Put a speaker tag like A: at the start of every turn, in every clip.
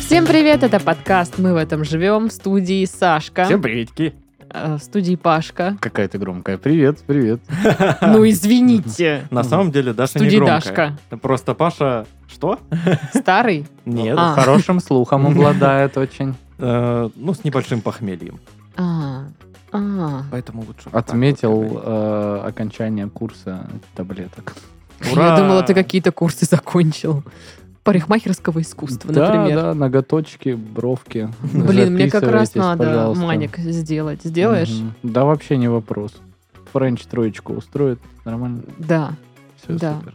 A: Всем привет, это подкаст «Мы в этом живем» в студии Сашка,
B: Всем приветики.
A: э, в студии Пашка.
B: Какая ты громкая. Привет, привет.
A: Ну, извините.
C: На самом деле Даша не
A: Студии
C: громкая.
A: Дашка.
C: Просто Паша... Что?
A: Старый?
C: Нет.
A: А.
B: Хорошим слухом обладает очень.
C: Э, ну, с небольшим похмельем.
A: А, а.
C: Поэтому лучше... вот так вот
B: Отметил
C: говорить.
B: э, окончание курса таблеток.
C: Ура!
A: Я думала, ты какие-то курсы закончил. Парикмахерского искусства,
B: да,
A: например.
B: да, ноготочки, бровки.
A: Блин, мне как раз
B: Записывайтесь,
A: надо
B: пожалуйста.
A: маник сделать. Сделаешь?
B: Мгм. Да, вообще не вопрос. Френч троечку устроит, нормально,
A: Да.
B: все
A: Да.
B: супер.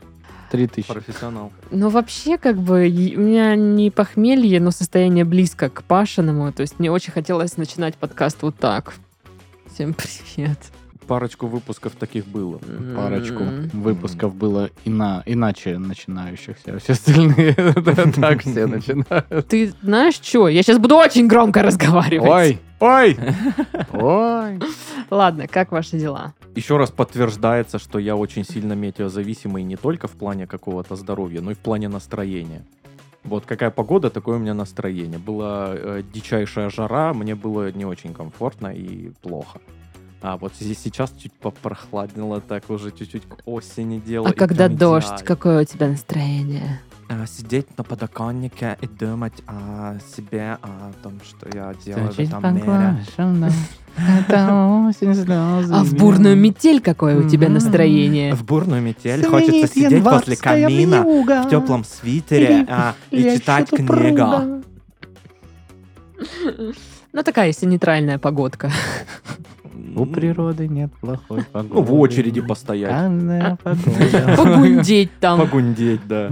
B: Три тысячи.
C: Профессионал.
A: Ну, вообще, как бы, и- у меня не похмелье, но состояние близко к Пашиному. То есть мне очень хотелось начинать подкаст вот так. Всем привет.
C: Парочку выпусков таких было.
B: Парочку
A: М.
B: выпусков было ина- иначе начинающихся. А Все остальные так все начинают.
A: Ты знаешь что? Я сейчас буду очень громко разговаривать.
B: Ой,
C: Ой!
B: ой.
A: Ладно, как ваши дела?
C: Еще раз подтверждается, что я очень сильно метеозависимый не только в плане какого-то здоровья, но и в плане настроения. Вот какая погода, такое у меня настроение. Была э, дичайшая жара, мне было не очень комфортно и плохо. А вот здесь сейчас чуть попрохладнело, так уже чуть-чуть к осени дело.
A: а
C: и
A: когда
C: прям
A: дождь,
C: идеально.
A: какое у тебя настроение?
C: А, сидеть на подоконнике и думать о себе, о том, что я делаю в
B: Стучит
C: этом
B: по
C: мире.
B: клавишам, да. Это осень, слезы
A: А в бурную
B: мира.
A: метель какое у тебя
C: Мгм.
A: настроение?
C: В бурную метель
B: Сменит
C: хочется сидеть возле
B: январская
C: камина,
B: вьюга.
C: в теплом свитере а, и
B: Лещет
C: читать
B: у
C: книгу.
B: пруда.
A: Ну, такая, если нейтральная погодка.
B: У природы нет плохой погоды.
C: Ну, в очереди постоять.
B: Каменная погода.
A: Погундеть там.
C: Погундеть, да.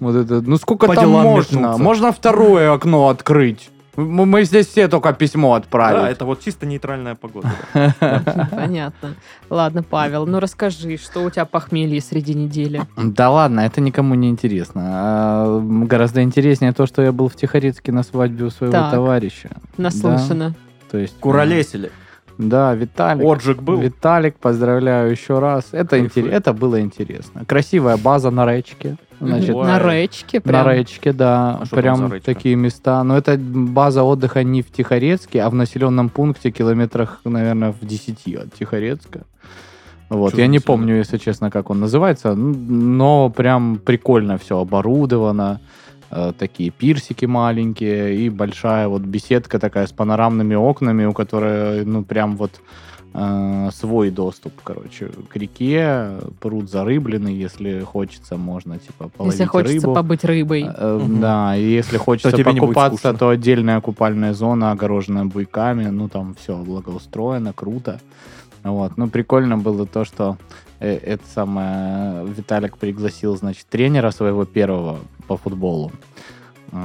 B: Вот это, ну сколько
C: А. Ну, По
B: там
C: делам
B: можно?
C: метнуться.
B: Можно второе окно открыть? Мы мы здесь все только письмо
C: Да,
B: отправили.
C: это вот чисто нейтральная погода.
A: Понятно. Ладно, Павел, ну расскажи, что у тебя похмелье среди недели?
B: Да ладно, это никому не интересно. А, м, Гораздо интереснее то, что я был в Тихорецке на свадьбе у своего
A: Так.
B: товарища.
A: Наслышано.
B: То есть,
C: Куролесили.
B: Да, Виталик.
C: Отжиг был.
B: Виталик, поздравляю еще раз. Это,
C: Кайфует.
B: интерес, это было интересно. Красивая база на речке. Значит,
C: Мгм.
A: На
C: Ой.
A: речке
B: на
A: прям.
B: речке, да.
C: А что там за
B: Прям
C: речка?
B: такие места. Но это база отдыха не в Тихорецке, а в населенном пункте километрах, наверное, в 10 от Тихорецка. Вот,
C: Чё
B: я
C: за
B: не
C: населённый
B: помню, если честно, как он называется, н- но прям прикольно все оборудовано. Э, такие пирсики маленькие и большая вот беседка такая с панорамными окнами, у которой, ну, прям вот э, свой доступ, короче, к реке, пруд зарыбленный, если хочется, можно, типа, половить
A: Если хочется
B: рыбу.
A: побыть рыбой.
B: Э,
C: Мгм.
B: Да, и если хочется
C: тебе не будет
B: покупаться,
C: скучно.
B: то отдельная купальная зона, огороженная буйками, ну там все благоустроено, круто. Вот, ну прикольно было то, что э, это самое э, Виталик пригласил, значит, тренера своего первого по футболу э,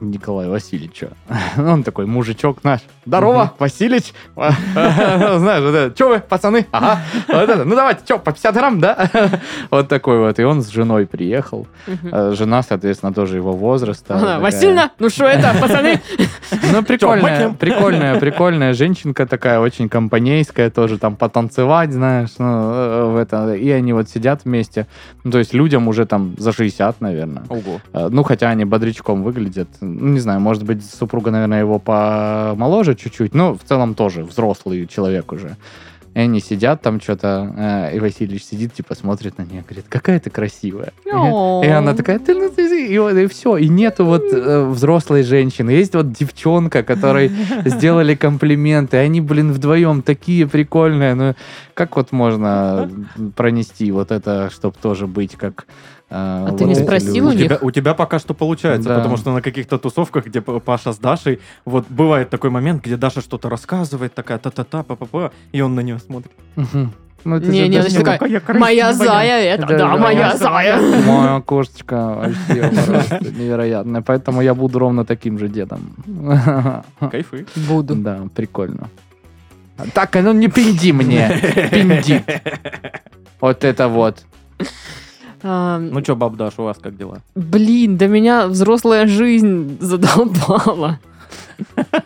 B: Николая Васильевича. Ну, Он такой мужичок наш. Здорово, Васильевич. Знаешь, вот это, чё вы, пацаны? Ага. Вот это, Ну давайте, что, по 50 грамм, да? Вот такой вот. И он с женой приехал.
A: Мгм.
B: Э, Жена, соответственно, тоже его возраста.
A: Она,
B: Такая-
A: Васильевна, ну что это, пацаны?
B: Ну, прикольная,
C: махнем?
B: прикольная, прикольная женщинка такая, очень компанейская, тоже там потанцевать, знаешь, ну, э, в это. И они вот сидят вместе. Ну, то есть людям уже там за 60, наверное.
C: Ого.
B: Э, Ну, хотя они бодрячком выглядят. Ну, не знаю, может быть, супруга, наверное, его помоложе чуть-чуть, но в целом тоже взрослый человек уже. И они сидят там что-то, э, и Васильевич сидит, типа, смотрит на нее, говорит, какая ты красивая. И она такая, ты, ну, ты, ты», и, вот- и все. И нету вот э, взрослой женщины. Есть вот девчонка, которой сделали комплименты. Они, блин, вдвоем такие прикольные. Ну, как вот можно пронести вот это, чтобы тоже быть как... э,
A: А ты не спросил у
C: У
A: них?
C: тебя, у тебя пока что получается,
B: Да.
C: потому что на каких-то тусовках, где П- Паша с Дашей, вот бывает такой момент, где Даша что-то рассказывает, такая та-та-та, па-па-па, и он на нее смотрит.
B: Ну, это
A: Не,
B: же
A: не,
B: даже
A: она такая,
C: «Какая красивая».
A: Моя зая, это, да,
B: Да, да,
A: моя
B: да.
A: зая.
B: Моя кошечка вообще просто невероятная. Поэтому я буду ровно таким же дедом.
C: Кайфы.
A: Буду.
B: Да, прикольно. Так, а ну не пинди мне. Пинди. Вот это вот.
A: А,
C: Ну что, баб Даш, у вас как дела?
A: Блин, да меня взрослая жизнь задолбала.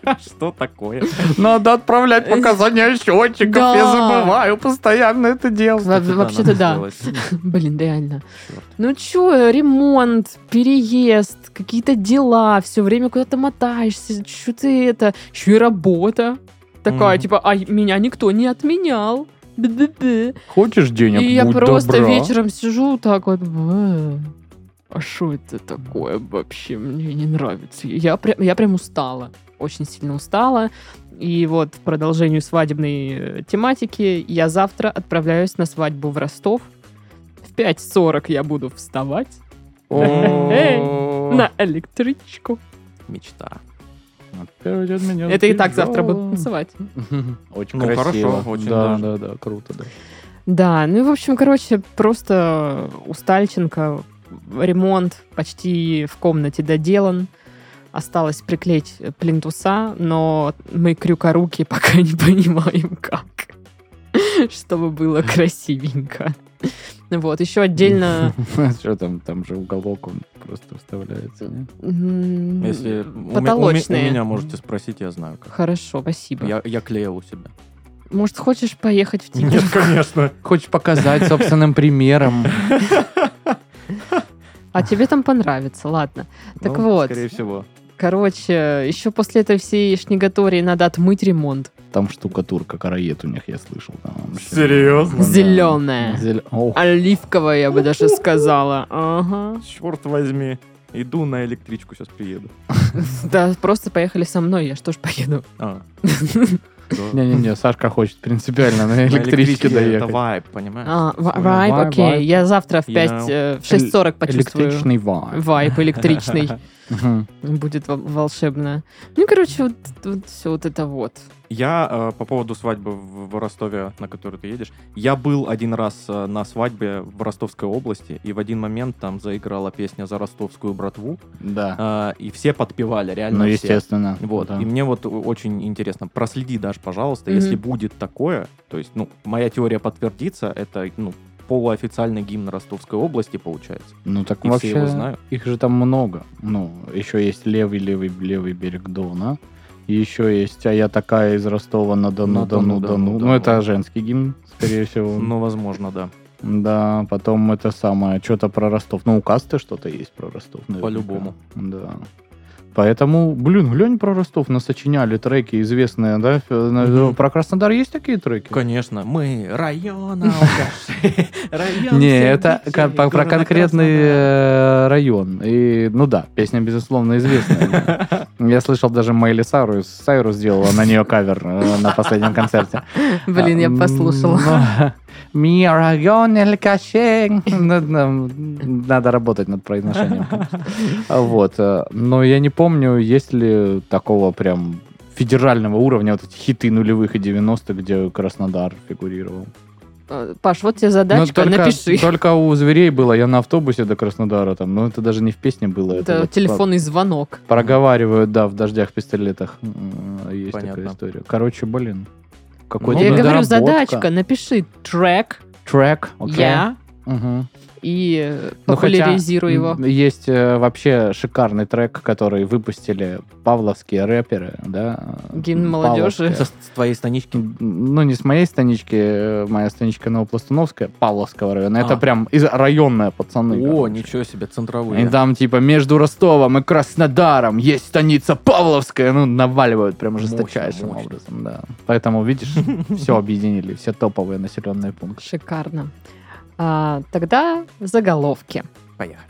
C: А Что такое?
B: Надо отправлять показания счетчиков,
A: Э, Да.
B: я забываю постоянно это делать.
A: Во- Вообще-то да.
C: надо сделать.
A: Блин, реально.
C: Чёрт.
A: Ну чё, ремонт, переезд, какие-то дела, все время куда-то мотаешься, что ты это, еще и работа. Такая,
C: Мгм.
A: типа, а меня никто не отменял. Бе-бе-бе.
B: Хочешь денег?
A: И я
B: Будь
A: просто
B: добра.
A: вечером сижу так вот. «Бэ, А что это такое вообще? Мне не нравится. Я прям, я прям устала. Очень сильно устала. И вот в продолжению свадебной э, тематики я завтра отправляюсь на свадьбу в Ростов. В 5.40 я буду вставать
B: О,
A: на электричку.
C: Мечта.
B: опять от меня
A: Это и так завтра буду
B: сбежала.
A: танцевать.
B: Очень
C: Ну,
B: красиво.
C: хорошо, очень
B: да,
C: даже.
B: да, да, круто, да.
A: Да, ну и, в общем, короче, просто устальченко, ремонт почти в комнате доделан. Осталось приклеить плинтуса, но мы крюкоруки пока не понимаем, как. Чтобы было красивенько. Вот, еще отдельно...
B: Что там, там же уголок он просто вставляется. не?
A: м,
C: Если у ме- у ме-
A: потолочные.
C: У меня можете спросить, я знаю как.
A: Хорошо, спасибо.
C: Я, я клеил у себя.
A: Может, хочешь поехать в Тигр?
C: конечно.
B: Хочешь показать собственным примером?
A: А тебе там понравится, ладно. Так вот.
C: Ну, Скорее всего.
A: Короче, еще после этой всей шнегатории надо отмыть ремонт.
B: Там штукатурка караед у них, я слышал. там вообще.
C: Серьезно?
B: Да.
A: Зеленая.
B: Зелё- Ох,
A: А- Оливковая, я бы даже сказала. Ага.
C: Черт возьми. Иду на электричку, сейчас приеду.
A: Да, просто поехали со мной, я что ж поеду.
C: А. Да.
B: Не-не-не, Сашка хочет принципиально на электричке
C: Это
B: доехать.
C: вайб, понимаешь?
A: А, ва- вайб,
B: Вайб,
A: окей.
B: вайб.
A: Я завтра в
C: You
A: 5,
C: know.
A: э, в 6.40 почувствую.
B: Электричный вайб.
A: Вайб электричный.
B: Мгм.
A: Будет во- волшебно. Ну, короче, вот, все вот это вот.
C: Я э, по поводу свадьбы в, в Ростове, на которую ты едешь, я был один раз э, на свадьбе в Ростовской области, и в один момент там заиграла песня за ростовскую братву,
B: Да.
C: э, и все подпевали, реально
B: Ну,
C: все.
B: естественно.
C: Вот,
B: да.
C: и мне вот очень интересно, проследи, Даш, пожалуйста,
A: Мгм.
C: если будет такое, то есть, ну, моя теория подтвердится, это, ну, полуофициальный гимн Ростовской области, получается.
B: Ну, так
C: И все его
B: вообще,
C: знают.
B: их же там много. Ну, еще есть левый, левый, левый берег Дона. И еще есть «А я такая из Ростова на Дону,
C: На
B: Дону,
C: Дону,
B: Дону».
C: Дону,
B: Ну, это
C: Дону.
B: женский гимн, скорее всего.
C: Ну, возможно, да.
B: Да, потом это самое, что-то про Ростов. Ну, у Касты что-то есть про Ростов. наверняка.
C: По-любому.
B: Да. Поэтому, блин, глянь про Ростов, насочиняли треки известные, да? Ф- э, на-
C: Мгм.
B: Про Краснодар есть такие треки?
C: Конечно, мы район алкашей, район
B: Не,
C: всех
B: это
C: детей,
B: кон- про, про
C: города
B: конкретный э, район. И, ну да, песня, безусловно, известная. Я слышал, даже Майли Сайрус, Сайрус сделала на нее кавер э, на последнем концерте.
A: Блин, я
B: А,
A: послушала.
B: ну, «Ми район алкашей». Ну, нам Надо работать над произношением. конечно. Вот. э, Но я не помню, есть ли такого прям федерального уровня, вот эти хиты нулевых и 90-х, где Краснодар фигурировал.
A: Э, Паш, вот тебе
B: Ну,
A: задачка,
B: только,
A: типа, напиши.
B: только у зверей было. Я на автобусе до Краснодара там. Но это даже не в песне было. Это,
A: Это
B: вот
A: телефонный звонок.
B: по- Проговаривают, да, в дождях, пистолетах. М, Есть такая
C: Понятно.
B: история. Короче, блин. Какой-то
A: Я говорю,
B: недоработка.
A: задачка, напиши трек,
B: Трек. окей.
A: я,
B: Мгм.
A: и э,
B: Ну, хотя,
A: популяризируй его.
B: м, Есть э, вообще шикарный трек, который выпустили павловские рэперы, да? э,
A: Гимн молодежи.
B: павловские.
C: Со- С твоей станички.
B: ну, не с моей станички, э, моя станичка Новопластуновская, Павловского района. Это
C: А.
B: прям из районная пацаны.
C: О,
B: короче.
C: ничего себе,
B: И
C: центровые.
B: там, типа, между Ростовом и Краснодаром есть станица Павловская. Ну, наваливают прям
C: Мощно,
B: жесточайшим
C: мощно.
B: образом, да. Поэтому, видишь, все объединили, все топовые населенные пункты.
A: Шикарно. А, тогда заголовки.
C: Поехали.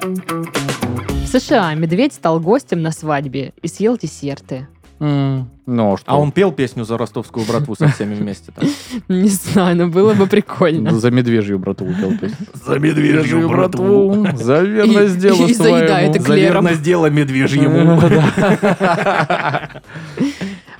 A: В США медведь стал гостем на свадьбе и съел десерты.
B: Ну, а что?
C: А он пел песню за ростовскую братву со всеми вместе там.
A: Не знаю, но было бы прикольно.
B: за медвежью братву пел песню.
C: За
B: за верность
A: И-
B: делу
A: и заедает
B: своему.
A: эклером.
C: дело медвежьему.
B: Да.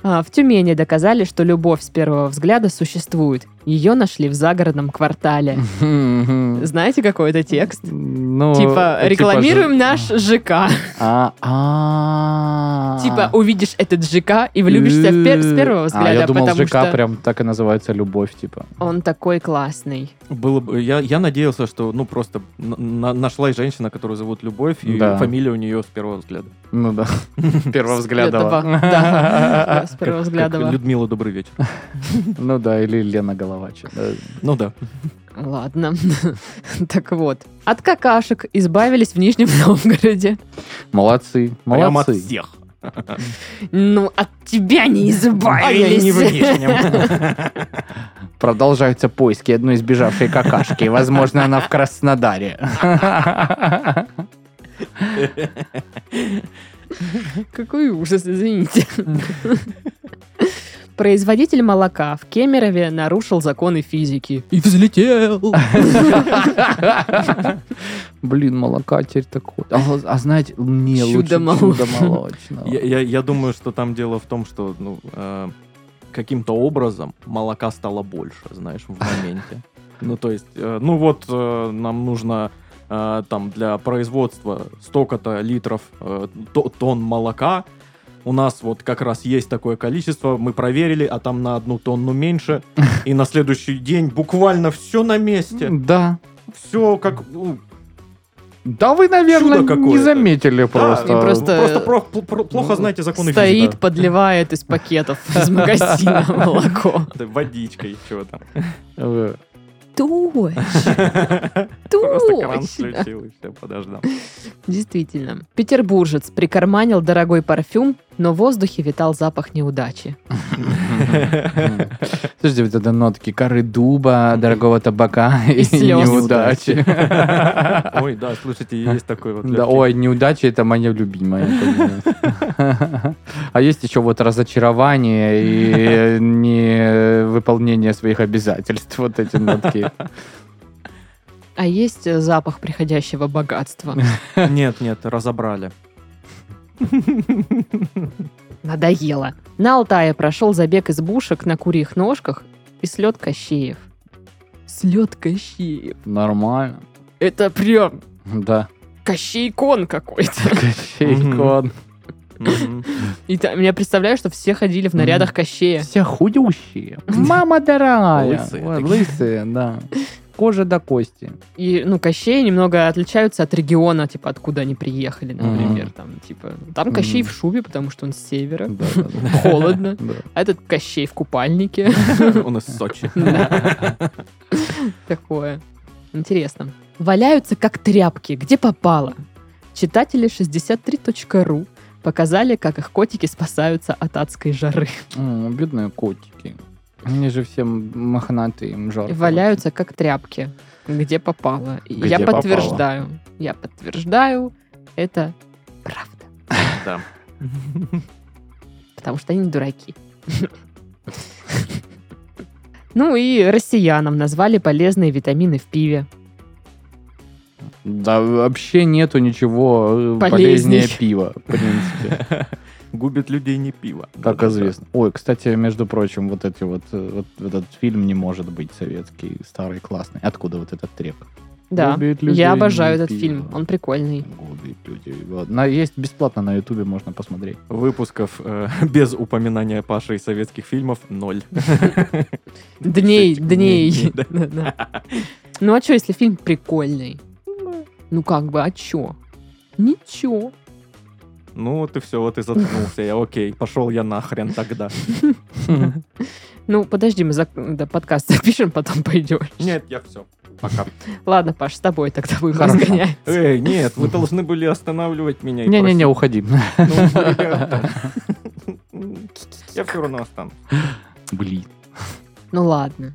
A: А, В Тюмени доказали, что любовь с первого взгляда существует. Ее нашли в загородном квартале. Знаете, какой это текст?
B: Ну,
A: Типа,
B: же-
A: рекламируем наш ЖК.
B: А, а.
A: Типа, увидишь этот ЖК и влюбишься в пер- с первого взгляда,
B: А, я думал,
A: потому
B: ЖК
A: что
B: прям так и называется любовь, типа.
A: он такой классный.
C: Было бы, я, я надеялся, что ну просто на- на- нашлась женщина, которую зовут Любовь, и
B: Да.
C: фамилия у нее с первого взгляда.
B: Ну да. С первого
A: Этого,
B: взгляда.
A: Да, с первого взгляда.
C: Как Людмила, добрый вечер.
B: Ну да, или Лена Головача. да.
C: Ну да.
A: Ладно. Так вот. От какашек избавились в Нижнем Новгороде.
B: Молодцы,
C: Прям от
B: молодцы.
C: всех.
A: Ну, от тебя не
C: А я не в
A: избавились.
C: Нижнем.
B: Продолжаются поиски одной избежавшей какашки. Возможно, она в Краснодаре.
A: Какой ужас, извините. Производитель молока в Кемерове нарушил законы физики. И взлетел.
B: Блин, молока теперь такое. А, вот- а знаете, мне лучше
A: Чудо-молоко.
B: чудо-молочного.
C: Я- Я я думаю, что там дело в том, что ну, э, каким-то образом молока стало больше, знаешь, в моменте. Ну, то есть, э, ну вот э, нам нужно э, там для производства столько-то литров, э, то- тонн молока. У нас вот как раз есть такое количество, мы проверили, а там на одну тонну меньше. И на следующий день буквально все на месте.
B: Да.
C: Все как... ну,
B: Да вы, наверное,
C: Чудо
B: не
C: какое-то.
B: заметили
A: и
B: просто.
A: просто-
C: просто про- про- плохо знаете законы
A: Стоит,
C: физики.
A: подливает из пакетов из магазина молоко.
C: Да, Водичкой, чего там.
B: Э,
A: Точно,
C: Просто кран
A: точно.
C: включил и все, подождал.
A: Действительно. Петербуржец прикарманил дорогой парфюм, но в воздухе витал запах неудачи.
B: э. Слушайте, вот это нотки коры дуба, дорогого табака и,
A: слез.
B: неудачи.
C: Ой, да, слушайте, есть такой вот.
B: Да,
C: легкий.
B: ой, неудачи это моя любимая. конечно. А есть еще вот разочарование и невыполнение своих обязательств. Вот эти нотки.
A: А есть э, запах приходящего богатства.
C: Нет, нет, разобрали.
A: Надоело. На Алтае прошел забег из бушек на курьих ножках и слет Кощеев. Слет Кощеев.
B: Нормально.
A: Это прям
B: Да.
A: Кощей-кон какой-то.
B: Кощей-кон.
C: Мгм.
A: И там, я представляю, что все ходили в нарядах Кощея.
B: Все худющие. Мама дорогая.
C: Лысые
B: Вот,
C: такие.
B: Лысые, да. Кожа до кости.
A: И, ну, Кощей немного отличаются от региона, типа, откуда они приехали, например.
B: Мгм.
A: Там, типа, там Кощей
B: Мгм.
A: в шубе, потому что он с севера.
B: Да, да, да.
A: Холодно.
B: Да.
A: А этот Кощей в купальнике.
C: Он из Сочи.
A: Да. Такое. Интересно. Валяются как тряпки, где попало. Читатели 63.ru показали, как их котики спасаются от адской жары.
B: М, Бедные котики. Они же все м- мохнатые, им жарко.
A: Валяются как тряпки, где попало. И
B: Где
A: я
B: попало.
A: подтверждаю. Я подтверждаю, это правда.
C: Да.
A: Потому что они дураки. Ну и россиянам назвали полезные витамины в пиве.
B: Да вообще нету ничего э,
A: Полезней.
B: полезнее пива, в принципе,
C: Губит людей не пиво.
B: как
C: Да-да-да.
B: известно. Ой, кстати, между прочим, вот эти вот, э, вот этот фильм не может быть советский, старый, классный. Откуда вот этот трек?
A: Да,
B: Любит людей
A: я обожаю этот
B: пиво.
A: фильм, он прикольный.
B: Годы, люди. Вот. На, есть бесплатно на Ютубе, можно посмотреть.
C: Выпусков э, без упоминания Паши и советских фильмов ноль.
A: Дней,
C: Десять дней,
A: типа, дней.
C: да.
A: Да-да. Ну а что, если фильм прикольный? Ну как бы, а чё? Ничего.
C: Ну, ты все, вот и заткнулся. Я окей, пошел я нахрен тогда.
A: Ну, подожди, мы зак- да, подкаст запишем, потом пойдешь.
C: Нет, я все. Пока.
A: Ладно, Паш, с тобой тогда будем
B: Хорошо.
A: разгонять.
C: Эй, нет, вы должны были останавливать меня. и
B: Не-не-не, уходи.
C: просить. Ну, ребята. Я все равно останусь.
B: Блин.
A: Ну ладно.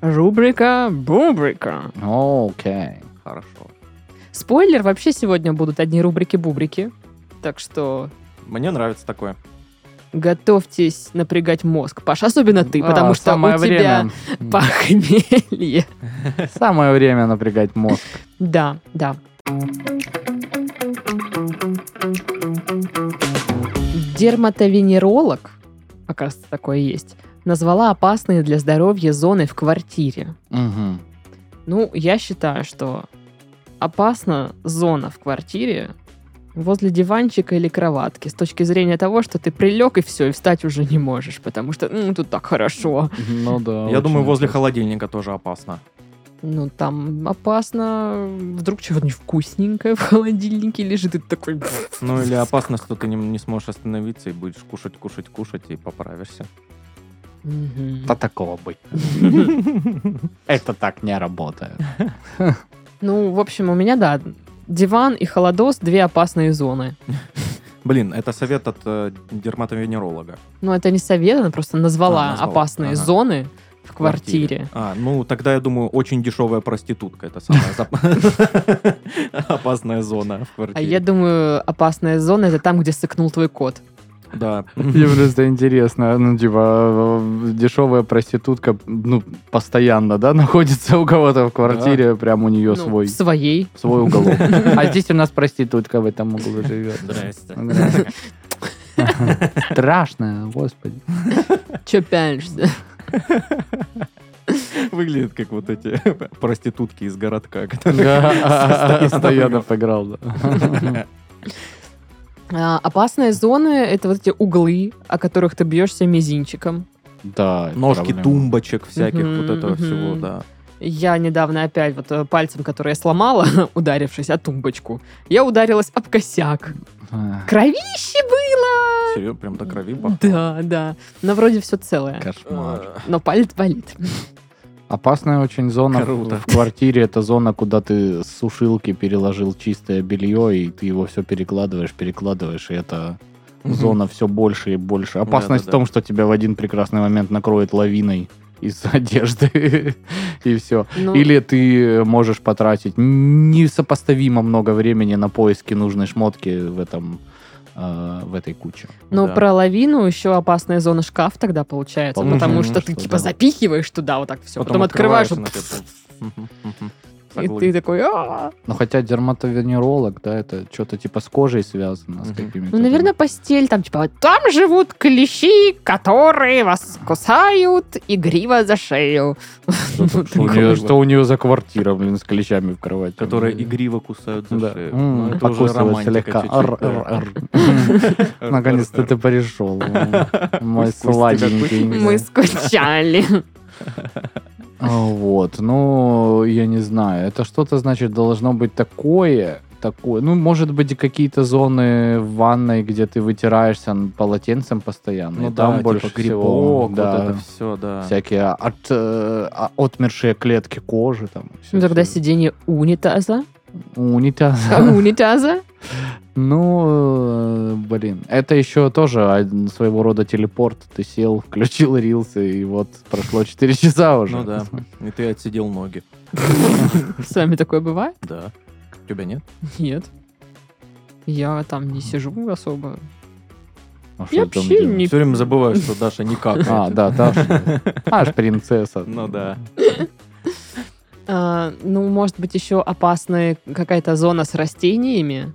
A: Рубрика Бубрика.
B: Окей.
C: Хорошо.
A: Спойлер, вообще сегодня будут одни рубрики-бубрики. Так что
C: Мне нравится такое.
A: готовьтесь напрягать мозг, Паш, особенно ты,
B: А,
A: потому что у
B: самое
A: тебя
B: время.
A: похмелье.
B: Самое время напрягать мозг.
A: Да, да. Дерматовенеролог оказывается, такое есть, назвала опасные для здоровья зоны в квартире.
B: Мгм.
A: Ну, я считаю, что опасна зона в квартире возле диванчика или кроватки с точки зрения того, что ты прилег и все, и встать уже не можешь, потому что «М, тут так хорошо.
B: Ну да.
C: Я думаю,
B: очень
C: возле
B: опасно.
C: холодильника тоже опасно.
A: Ну, там опасно, вдруг чего-то невкусненькое в холодильнике лежит, и ты такой... «Пф».
C: Ну или опасно, что ты не, не сможешь остановиться и будешь кушать, кушать, кушать и поправишься.
A: Мгм.
B: Да такого быть. Это так не работает.
A: Ну, в общем, у меня, да, диван и холодос — две опасные зоны.
C: Блин, это совет от э, дерматовенеролога.
A: Ну, это не совет, она просто назвала,
C: А, назвала.
A: опасные
C: Ага.
A: зоны в
C: В
A: квартире.
C: А, ну тогда я думаю, очень дешевая проститутка. Это самая зап- опасная зона в
A: А я
C: квартире.
A: думаю, опасная зона — это там, где сыкнул твой кот.
C: Да.
B: Мне просто интересно, ну, типа, э, дешевая проститутка, ну, постоянно, да, находится у кого-то в квартире, прям у нее
A: Ну,
B: свой,
A: в своей.
B: свой уголок. А здесь у нас проститутка в этом углу живет.
C: Здрасте.
B: Страшно, господи.
A: Че пялишься?
C: Выглядит как вот эти проститутки из городка. которые-
B: Да,
C: Стоянов
B: Стоянов играл, да.
A: А, опасные зоны — это вот эти углы, о которых ты бьешься мизинчиком.
B: Да. это
C: Ножки
B: проблема.
C: тумбочек всяких,
A: Мгм,
C: вот этого
A: мгм.
C: всего, да.
A: Я недавно опять вот э, пальцем, который я сломала, ударившись о тумбочку, я ударилась об косяк.
B: Эх,
A: Кровище было!
C: Серьезно, прям до крови пахнет.
A: Да, да. Но вроде все целое.
B: Кошмар.
A: Но палец болит.
B: Опасная очень зона
C: Круто.
B: в квартире. Это зона, куда ты с сушилки переложил чистое белье, и ты его все перекладываешь, перекладываешь, и это
C: Мгм.
B: зона все больше и больше. Опасность в
C: Да-да-да.
B: том, что тебя в один прекрасный момент накроет лавиной из одежды, и все.
A: Ну,
B: Или ты можешь потратить несопоставимо много времени на поиски нужной шмотки в этом э, в этой куче.
A: ну,
C: Да.
A: про лавину еще опасная зона шкаф тогда получается,
B: По-моему,
A: потому что ты
B: что
A: типа
B: да.
A: запихиваешь туда вот так все, потом, открываешь,
C: она тебе
A: пф,
C: пум. Мгм, мгм.
A: и
C: Соглы.
A: ты такой... «А, «А-а-а».
B: Ну, хотя дерматовенеролог, да, это что-то типа с кожей связано, с
C: Мгм.
B: какими-то...
A: Ну, наверное, постель там типа там живут клещи, которые вас кусают и грива за шею.
B: Что, тут- что у
C: Прикольно.
B: нее, что у нее за квартира, блин, с клещами в кровати?
C: Которые игриво кусают за
B: Да.
C: шею.
B: М,
C: Ну, это уже
B: покусывает
C: романтика
B: слегка.
C: чуть-чуть,
B: Ар,
C: да.
B: ар, ар. Наконец-то ты пришел. Мой
C: Пусть- пусть тебя
A: Мы
B: сладенький.
A: скучали.
B: Вот, ну, я не знаю. Это что-то, значит, должно быть такое, такое. Ну, может быть, и какие-то зоны в ванной, где ты вытираешься н- полотенцем постоянно.
C: Ну
B: и там
C: да,
B: больше
C: больше
B: всего.
C: грибок, вот
B: да,
C: это все, да.
B: Всякие от, э, а- отмершие клетки кожи. Там, всё-
A: Ну, тогда
B: всё. Ну,
A: сиденье унитаза.
B: Унитаз.
A: А, Унитаза?
B: Ну, э, блин, это еще тоже один своего рода телепорт. Ты сел, включил рилсы, и вот прошло 4 часа уже.
C: Ну да. И ты отсидел ноги.
A: С вами такое бывает?
C: Да. У тебя нет?
A: Нет. Я там не сижу особо.
B: А что
A: Я
B: ты там
A: вообще
B: делаешь?
A: не-
C: Все время забываю, что Даша никак.
B: А, да, Даша. Аж принцесса.
C: Ну да.
A: А, ну, может быть, еще опасная какая-то зона с растениями.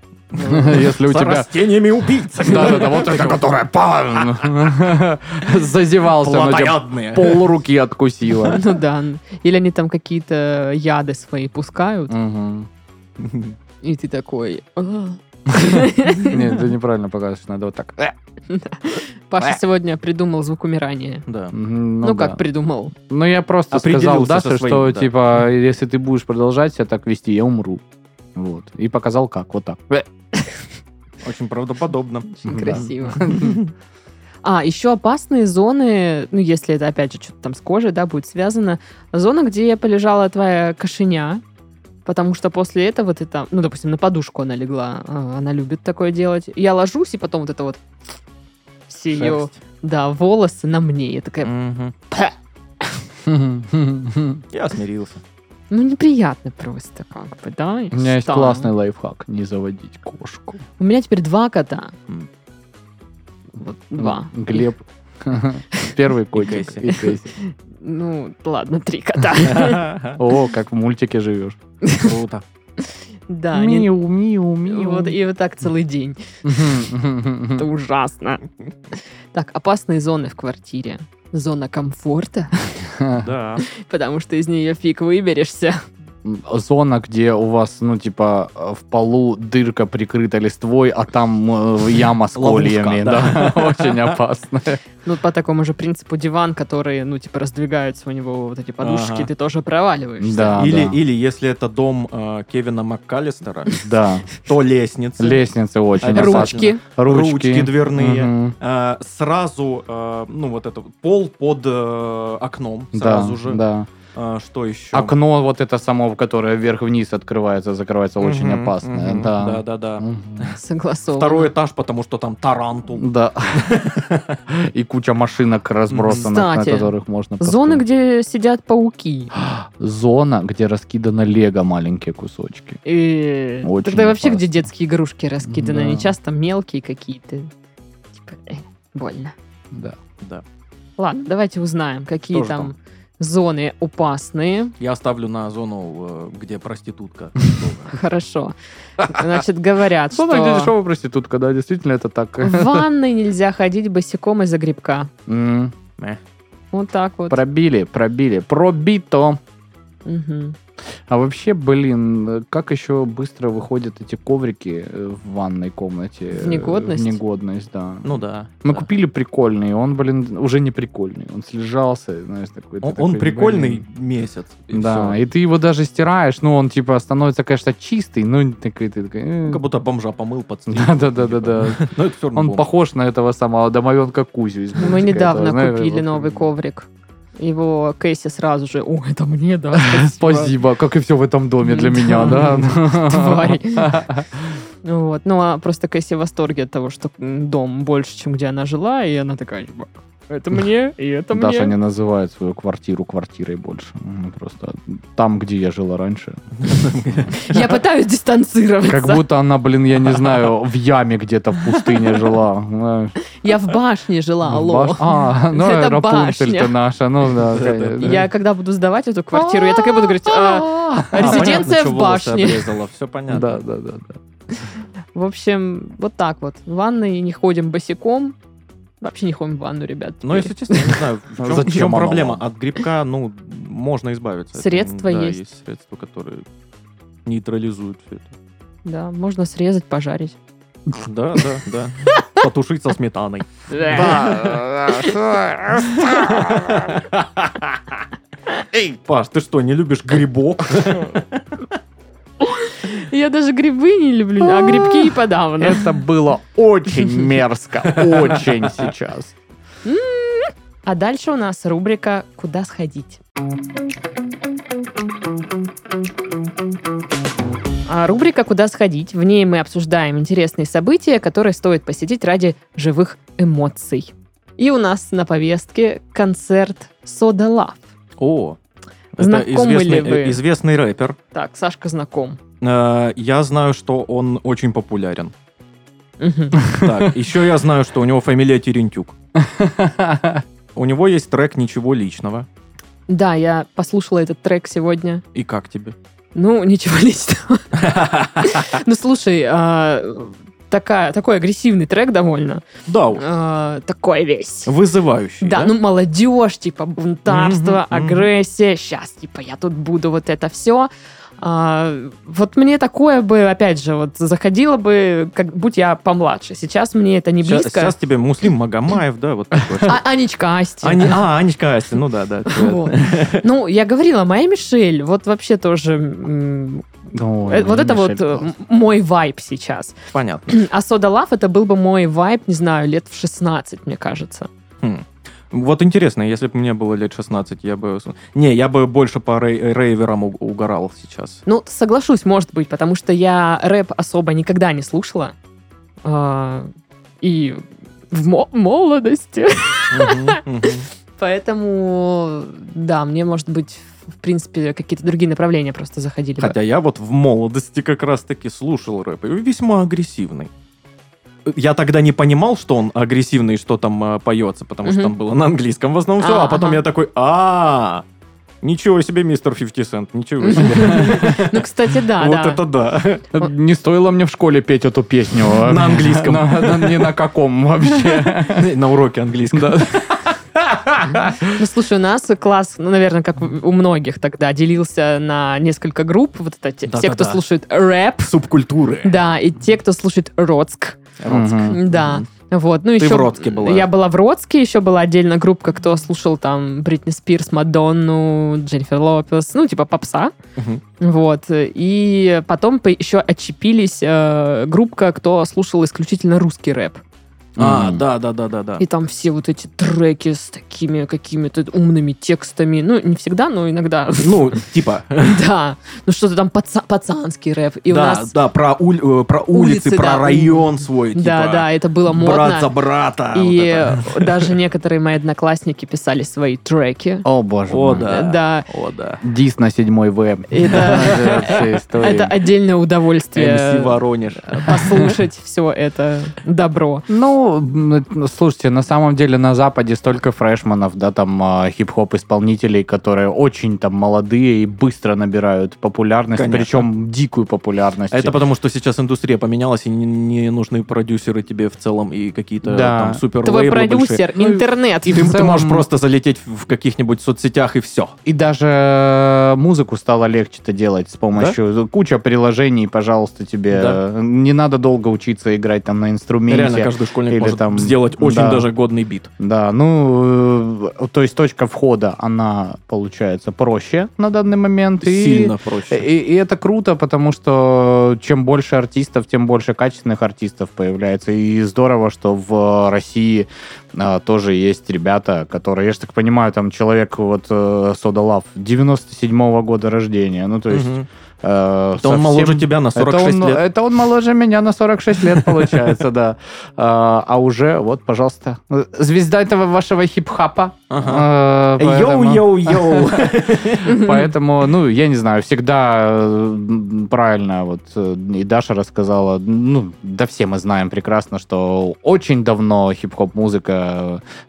B: Если у тебя...
C: растениями убийцами.
B: Да, да, да, вот эта, которая па- зазевался, но тебе
C: Плотоядные.
B: пол руки откусила.
A: Ну да. Или они там какие-то яды свои пускают,
B: Мгм.
A: и ты такой... «А».
B: Нет, ты неправильно показываешь, надо вот так.
A: Паша сегодня придумал звук умирания.
C: Да.
B: Мгм,
A: Ну,
B: да.
A: как придумал?
B: Ну, я просто сказал
C: Определился со
B: Даше,
C: своим,
B: что,
C: да.
B: типа, если ты будешь продолжать себя так вести, я умру. Вот. И показал как, вот так.
C: Очень правдоподобно.
A: Очень
B: Да.
A: красиво. А, еще опасные зоны, ну, если это, опять же, что-то там с кожей, да, будет связано. Зона, где полежала твоя кошеня, потому что после этого ты там, ну, допустим, на подушку она легла, а, она любит такое делать. Я ложусь, и потом вот это вот все ее,
C: Шерсть.
A: да, волосы на мне. Я такая,
C: Мгм.
B: У
C: Я смирился.
A: ну, неприятно просто, как бы, да. и
B: меня есть
A: что?
B: классный лайфхак. Не заводить кошку.
A: У меня теперь два кота.
C: М.
A: Вот два.
B: Глеб. Первый котик.
C: Кэсси.
B: И Кэсси.
A: Ну, ладно, три кота.
B: О, как в мультике живешь.
C: Круто.
A: Да, они-
B: Миу, миу,
A: и
B: миу.
A: вот, и вот так целый день. Это ужасно. Так, опасные зоны в квартире. Зона комфорта,
C: Да.
A: потому что из нее фиг выберешься.
B: Зона, где у вас, ну, типа, э, в полу дырка прикрыта листвой, а там э, яма с
C: Ловушка,
B: кольями. Да,
C: да.
B: очень опасно.
A: Ну, по такому же принципу диван, который, ну, типа, раздвигаются у него вот эти подушечки,
C: Ага.
A: ты тоже проваливаешься.
B: Да,
C: Или,
B: А, да.
C: или если это дом э, Кевина МакКаллистера,
B: Да,
C: то лестница.
B: лестницы очень
C: Обязательно.
B: опасны.
A: Ручки.
C: Ручки дверные.
B: Мгм.
C: Э, сразу, э, ну вот это, пол под э, окном сразу
B: да,
C: же.
B: Да.
C: А, что еще?
B: Окно вот это само, которое вверх-вниз открывается, закрывается, очень опасное.
C: Да,
B: Да.
C: да, да.
B: Мгм.
A: Согласованно.
C: Второй этаж, потому что там тарантул.
B: Да. И куча машинок разбросанных, на
A: Кстати,
B: которых можно...
A: Зоны,
B: поскакать.
A: где сидят пауки.
B: Зона, где раскидано лего маленькие кусочки.
A: И
B: Очень
A: тогда вообще,
B: опасно.
A: где детские игрушки раскиданы,
B: Да.
A: они часто мелкие какие-то. Типа, э, больно.
B: Да.
C: Да.
A: Ладно, давайте узнаем, какие
C: Тоже
A: там зоны опасные.
C: Я оставлю на зону, э, где проститутка.
A: Хорошо. Значит, говорят,
B: Зона, где
A: что
B: дешевая проститутка, да, действительно это так.
A: в ванной нельзя ходить босиком из-за грибка.
B: М,
A: Вот так вот.
B: Пробили, пробили, пробито.
A: Мгм.
B: А вообще, блин, как еще быстро выходят эти коврики э, в ванной комнате?
A: В негодность?
B: В негодность, да.
C: Ну да.
B: Мы
C: да.
B: купили прикольный, он, блин, уже не прикольный. Он слежался, знаешь, такой. ты
C: Он, он
B: такой,
C: прикольный
B: блин.
C: месяц. и
B: да,
C: всё.
B: и ты его даже стираешь, ну, он, типа, становится, конечно, чистый, но такой, ты такой... э.
C: Как будто бомжа помыл под стрижку,
B: Да-да-да-да-да.
C: типа. Но это все равно
B: Он
C: бомж.
B: похож на этого самого домовенка Кузю из
A: Мы
B: мультика
A: недавно
B: этого, знаешь,
A: купили
B: вот.
A: новый коврик. Его Кэсси сразу же, о, это мне, да, спасибо».
B: Спасибо, как и все в этом доме для меня,
A: Да.
B: да?
A: Тварь. Вот. Ну, а просто Кэсси в восторге от того, что м, дом больше, чем где она жила, и она такая, типа, это мне, и это
B: Даша
A: мне.
B: не называет свою квартиру квартирой больше. Ну, Просто там, где я жила раньше.
A: Я пытаюсь дистанцироваться.
B: Как будто она, блин, я не знаю, в яме где-то в пустыне жила. знаешь.
A: Я в башне жила, алло.
B: Баш- А, ну,
A: Это
B: Рапунцель-то
A: башня.
B: наша. Ну, да.
C: Это-
B: конечно.
A: Я когда буду сдавать эту квартиру, я так и буду говорить, «А,
C: А,
A: Резиденция
C: понятно,
A: в
C: чё волосы
A: башне.
C: обрезала, все понятно.
B: Да, да, да. да.
A: в общем, вот так вот. В ванной не ходим босиком. Вообще не ходим в ванну, ребят.
C: Но, Ну, если честно, я не знаю, в чем,
B: Зачем оно
C: проблема.
B: вам?
C: От грибка, ну, можно избавиться. Это,
A: Средства
C: да,
A: есть.
C: есть средства, которые нейтрализуют все это.
A: Да, можно срезать, пожарить.
C: Да, да, да. Потушить со сметаной. Эй, Паш, ты что, не любишь грибок?
A: Я даже грибы не люблю, а грибки и подавно.
B: Это было очень мерзко. Очень сейчас.
A: А дальше у нас рубрика «Куда сходить?». А рубрика «Куда сходить?». В ней мы обсуждаем интересные события, которые стоит посетить ради живых эмоций. И у нас на повестке концерт Soda Love.
C: О, это
A: Знакомы ли
C: известный,
A: вы?
C: э, известный рэпер.
A: Так, Сашка знаком.
C: Э, Я знаю, что он очень популярен.
A: Мгм.
C: Так, еще я знаю, что у него фамилия Терентюк. У него есть трек «Ничего личного».
A: Да, я послушала этот трек сегодня.
C: И как тебе?
A: Ну, ничего личного. Ну, слушай, а, такая- такой агрессивный трек довольно.
C: Да, уж.
A: А, Такой весь.
C: вызывающий.
A: Да, ну молодежь, типа бунтарство,
C: Мгм, мгм.
A: агрессия. Сейчас, типа, я тут буду вот это все. вот мне такое бы, опять же, вот заходило бы, как будь я помладше. Сейчас мне это не
C: Сейчас,
A: близко.
C: сейчас тебе Муслим Магомаев, да, вот такой.
A: А- Анечка Асти.
C: Ани- а, Анечка Асти, ну да, да.
A: Вот. Ну, я говорила, моя Мишель, вот вообще тоже... м, э, Вот это вот э, м- мой вайб сейчас.
C: Понятно.
A: А Сода Лав это был бы мой вайб, не знаю, лет в 16, мне кажется.
C: Хм. Вот интересно, если бы мне было лет 16, я бы... с- Не, я бы больше по рей- рейверам уг- угорал сейчас.
A: Ну, соглашусь, может быть, потому что я рэп особо никогда не слушала. А, И в мо- молодости.
C: Мгм, мгм.
A: Поэтому, да, мне, может быть, в принципе, какие-то другие направления просто заходили. бы.
C: Хотя я вот в молодости как раз-таки слушал рэп, и весьма агрессивный. Я тогда не понимал, что он агрессивный и что там э, поется, потому что
A: Мгм.
C: там было на английском в основном все,
A: А,
C: а потом
A: ага.
C: я такой, а Ничего себе, мистер 50 Cent, ничего себе.
A: Ну, кстати, да,
C: Вот
A: да.
C: это да.
B: Э, Не стоило мне в школе петь эту песню. э,
C: На английском.
B: На- на- Ни на каком вообще.
C: Ну, На уроке английского.
A: Ну, слушай, у нас класс, ну, наверное, как у многих тогда, делился на несколько групп. Вот это те,
C: Да-да-да.
A: те, кто слушает рэп,
C: Субкультуры.
A: да, и те, кто слушает роцк,
B: Мгм.
A: да. Вот, ну
C: Ты
A: еще...
C: в Роцке была.
A: Я была в Роцке, еще была отдельно группа, кто слушал там Бритни Спирс, Мадонну, Дженнифер Лопес, ну, типа попса.
C: Мгм.
A: Вот. И потом по- еще отчепились э, группа, кто слушал исключительно русский рэп.
C: А,
B: Мгм.
C: да, да, да, да, да.
A: И там все вот эти треки с такими какими-то умными текстами. Ну, не всегда, но иногда.
C: Ну, типа,
A: Да. Ну, что-то там паца- пацанский рэп. И у
C: да,
A: нас...
C: да, про уль- э, про
A: Улицы,
C: улицы,
A: да,
C: про
A: у-
C: район свой,
A: Да,
C: типа,
A: да, это было
C: брат за
A: модно.
C: брата. А, вот
A: И
C: это.
A: э, даже некоторые мои одноклассники писали свои треки.
B: О, боже
C: О,
B: мой.
C: да.
A: Да.
C: О, да.
B: Дис на седьмой В.
A: Это-
B: Все истории.
A: Это а, отдельное
C: МС
A: удовольствие
C: Воронеж.
A: послушать все это добро.
B: Ну, м, слушайте, на самом деле на Западе столько фрешманов, да, там а, хип-хоп исполнителей, которые очень там молодые и быстро набирают популярность,
C: Конечно.
B: причем дикую популярность.
C: А Это потому, что сейчас индустрия поменялась, и не, не нужны продюсеры тебе в целом, и какие-то
B: Да.
C: там супер
A: Твой
C: лейблы большие.
A: продюсер, интернет. Ну,
C: Ты,
B: И в
C: ты
B: целом-
C: можешь просто залететь в каких-нибудь соцсетях, и все.
B: И даже э, музыку стало легче-то делать с помощью куча приложений, пожалуйста, тебе.
C: Да.
B: Не надо долго учиться играть там на инструменте.
C: Реально, каждый школьник
B: или
C: может
B: там-
C: сделать очень
B: да.
C: даже годный бит.
B: Да, ну, э, то есть точка входа, она получается проще на данный момент. и-
C: Сильно проще.
B: И, и это круто, потому что чем больше артистов, тем больше качественных артистов появляется. И здорово, что в России а, тоже есть ребята, которые, я же так понимаю, там человек вот э, Сода Лав 97-го года рождения. Ну, то есть...
C: Мгм.
B: э,
C: Да он
B: совсем-
C: моложе тебя на 46
B: это он,
C: лет.
B: это он моложе меня на 46 лет, получается, да. А а уже, вот, пожалуйста, звезда этого вашего хип-хапа.
C: Ага.
B: Э, поэтому-
C: Йоу-йоу-йоу.
B: Поэтому, ну, я не знаю, всегда э, м, правильно вот э, и Даша рассказала, ну, да все мы знаем прекрасно, что очень давно хип-хоп-музыка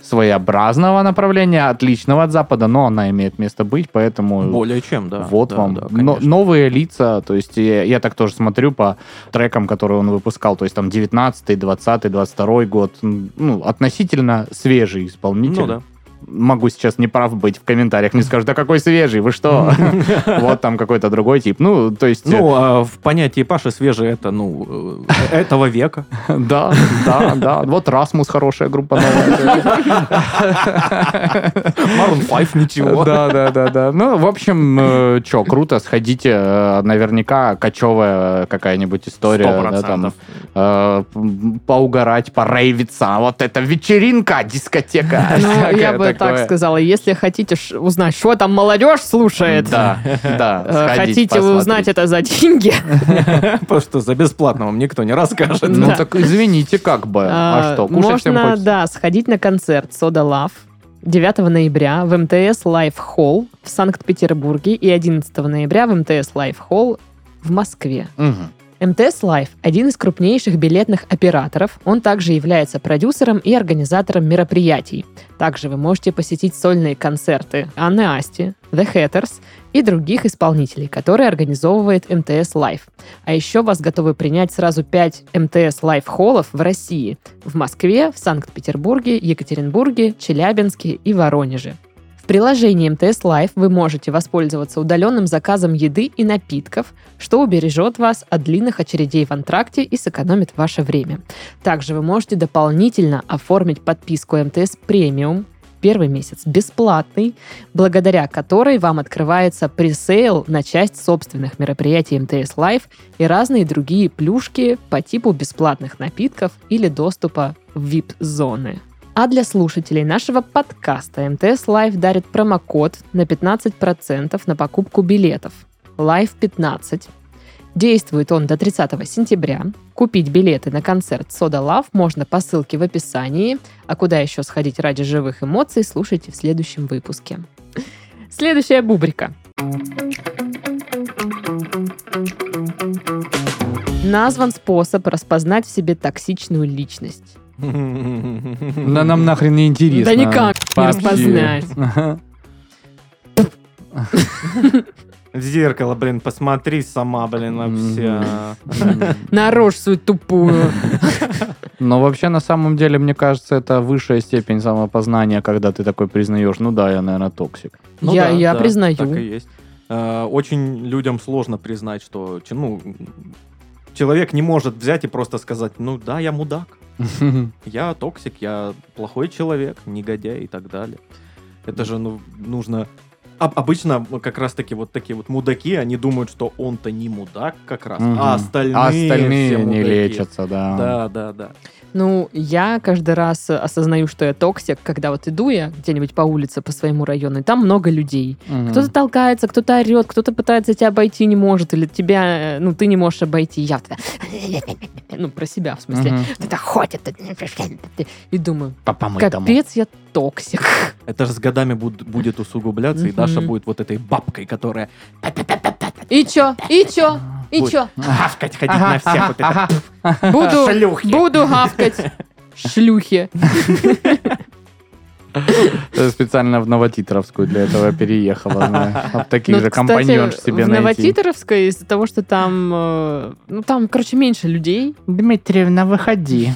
B: своеобразного направления, отличного от Запада, но она имеет место быть, поэтому...
C: Более чем, да.
B: Вот
C: Да,
B: вам
C: да,
B: но-
C: конечно.
B: новые лица, то есть я, я так тоже смотрю по трекам, которые он выпускал, то есть там 19 20 22 год, ну, относительно свежий исполнитель.
C: Ну да.
B: Могу сейчас не прав быть, в комментариях мне скажут, да какой свежий, вы что? Вот там какой-то другой тип. Ну, то есть... э,
C: Ну, а в понятии Паши свежий это, ну, э, этого века.
B: Да, да, да. Вот Расмус хорошая группа новая.
C: Марун 5 ничего.
B: Да, да, да, да. Ну, в общем, чё, круто, сходите. э, Наверняка кочевая какая-нибудь история. да, там,
C: 100%.
B: э, м, поугарать, порейвиться. Вот это вечеринка, дискотека.
A: Ну, я
B: Всякое
A: бы так
B: такое.
A: сказала. Если хотите ш- узнать, что там молодежь слушает,
B: Да, да.
A: э,
B: сходите,
A: хотите вы узнать
B: посмотрите.
A: это за деньги,
C: Потому что за бесплатно вам никто не расскажет.
B: Ну,
A: Да.
B: так извините, как бы. А
A: э,
B: что, кушать всем
A: можно,
B: хочется?
A: да, сходить на концерт Soda Love 9 ноября в МТС Life Hall в Санкт-Петербурге и 11 ноября в МТС Life Hall в Москве.
B: Мгм.
A: МТС Лайф – один из крупнейших билетных операторов. Он также является продюсером и организатором мероприятий. Также вы можете посетить сольные концерты Анны Асти, The Hatters и других исполнителей, которые организовывает МТС Лайф. А еще вас готовы принять сразу 5 МТС Лайф холлов в России – в Москве, в Санкт-Петербурге, Екатеринбурге, Челябинске и Воронеже. В приложении МТС Лайф вы можете воспользоваться удаленным заказом еды и напитков, что убережет вас от длинных очередей в антракте и сэкономит ваше время. Также вы можете дополнительно оформить подписку МТС премиум первый месяц бесплатный, благодаря которой вам открывается пресейл на часть собственных мероприятий МТС Лайф и разные другие плюшки по типу бесплатных напитков или доступа в VIP-зоны. А для слушателей нашего подкаста МТС Лайф дарит промокод на 15% на покупку билетов. Live 15. Действует он до 30 сентября. Купить билеты на концерт Soda Love можно по ссылке в описании. А куда еще сходить ради живых эмоций, слушайте в следующем выпуске. Следующая бубрика. Назван способ распознать в себе токсичную личность.
B: Да нам нахрен не интересно.
A: Да никак не
B: Вообще.
A: распознать.
C: В зеркало, блин, посмотри сама, блин, вообще.
A: На рожь свою тупую.
B: Но вообще, на самом деле, мне кажется, это высшая степень самопознания, когда ты такой признаешь, ну да, я, наверное, токсик.
C: Ну
A: Я-
C: да,
A: я
C: да,
A: признаю.
C: Так и есть. Э, Очень людям сложно признать, что че- ну, человек не может взять и просто сказать, ну да, я мудак, А я токсик, я плохой человек, негодяй и так далее. Это же ну, нужно... Об- обычно как раз-таки вот такие вот мудаки, они думают, что он-то не мудак как раз,
B: Мгм.
C: а остальные,
B: А остальные
C: все
B: не А.
C: мудаки.
B: лечатся, да.
C: Да, да, да.
A: Ну, я каждый раз осознаю, что я токсик, когда вот иду я где-нибудь по улице, по своему району, и там много людей.
B: Мгм.
A: Кто-то толкается, кто-то орет, кто-то пытается тебя обойти, не может, или тебя, э, ну, ты не можешь обойти. Я вот такая, ну, про себя, в смысле.
B: Мгм.
A: Кто-то ходит, и думаю,
B: Папа мой тому.
A: капец, я токсик.
C: Это же с годами буд- будет усугубляться, и
A: Мгм.
C: Даша будет вот этой бабкой, которая
A: И чё? И чё? И
C: Ой.
A: чё?
C: хавкать, ходить
B: Ага,
C: на всех вот это.
A: Буду,
C: Шлюхи.
A: буду гавкать. Шлюхи.
B: Ты специально в Новотитровскую для этого переехала. знаешь. Об таких
A: Ну,
B: же
A: кстати,
B: компаньонш себе
A: в
B: найти.
A: Новотитровской из-за того, что там, э, ну, там, короче, меньше людей.
B: Дмитриевна, выходи.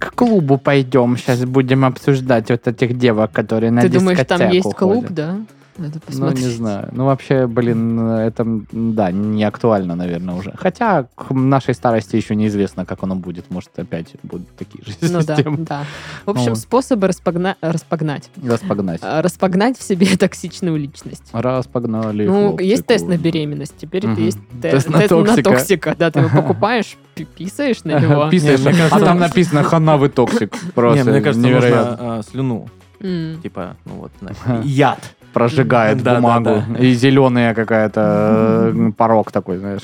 B: К клубу пойдем. Сейчас будем обсуждать вот этих девок, которые на
A: Ты думаешь, там
B: дискотеку
A: есть клуб,
B: ходят.
A: да? Надо
B: Ну,
A: посмотреть.
B: не знаю. Ну, вообще, блин, это, м, да, не актуально, наверное, уже. Хотя к нашей старости еще неизвестно, как оно будет. Может, опять будут такие же
A: Ну да,
B: системы.
A: да. В общем,
B: Ну Вот.
A: способы распогна- распогнать.
B: Распогнать.
A: А, Распогнать в себе токсичную личность.
B: Распогнали.
A: Ну,
B: хлопцы,
A: есть тест на
B: куры.
A: беременность, теперь
B: Мгм.
A: это есть те-
B: Тест на токсика.
A: Да, ты его покупаешь, пи- писаешь на него.
B: Писаешь,
C: Не, мне
B: а
C: кажется,
B: там
C: он-
B: написано «Хана, вы токсик».
C: Не,
B: Просто
C: мне кажется,
B: невероятно.
C: нужно а, слюну.
A: М.
C: Типа, ну вот, нафиг. яд.
B: Прожигает
C: Да, да,
B: бумагу. И зеленая какая-то э, порог такой, знаешь.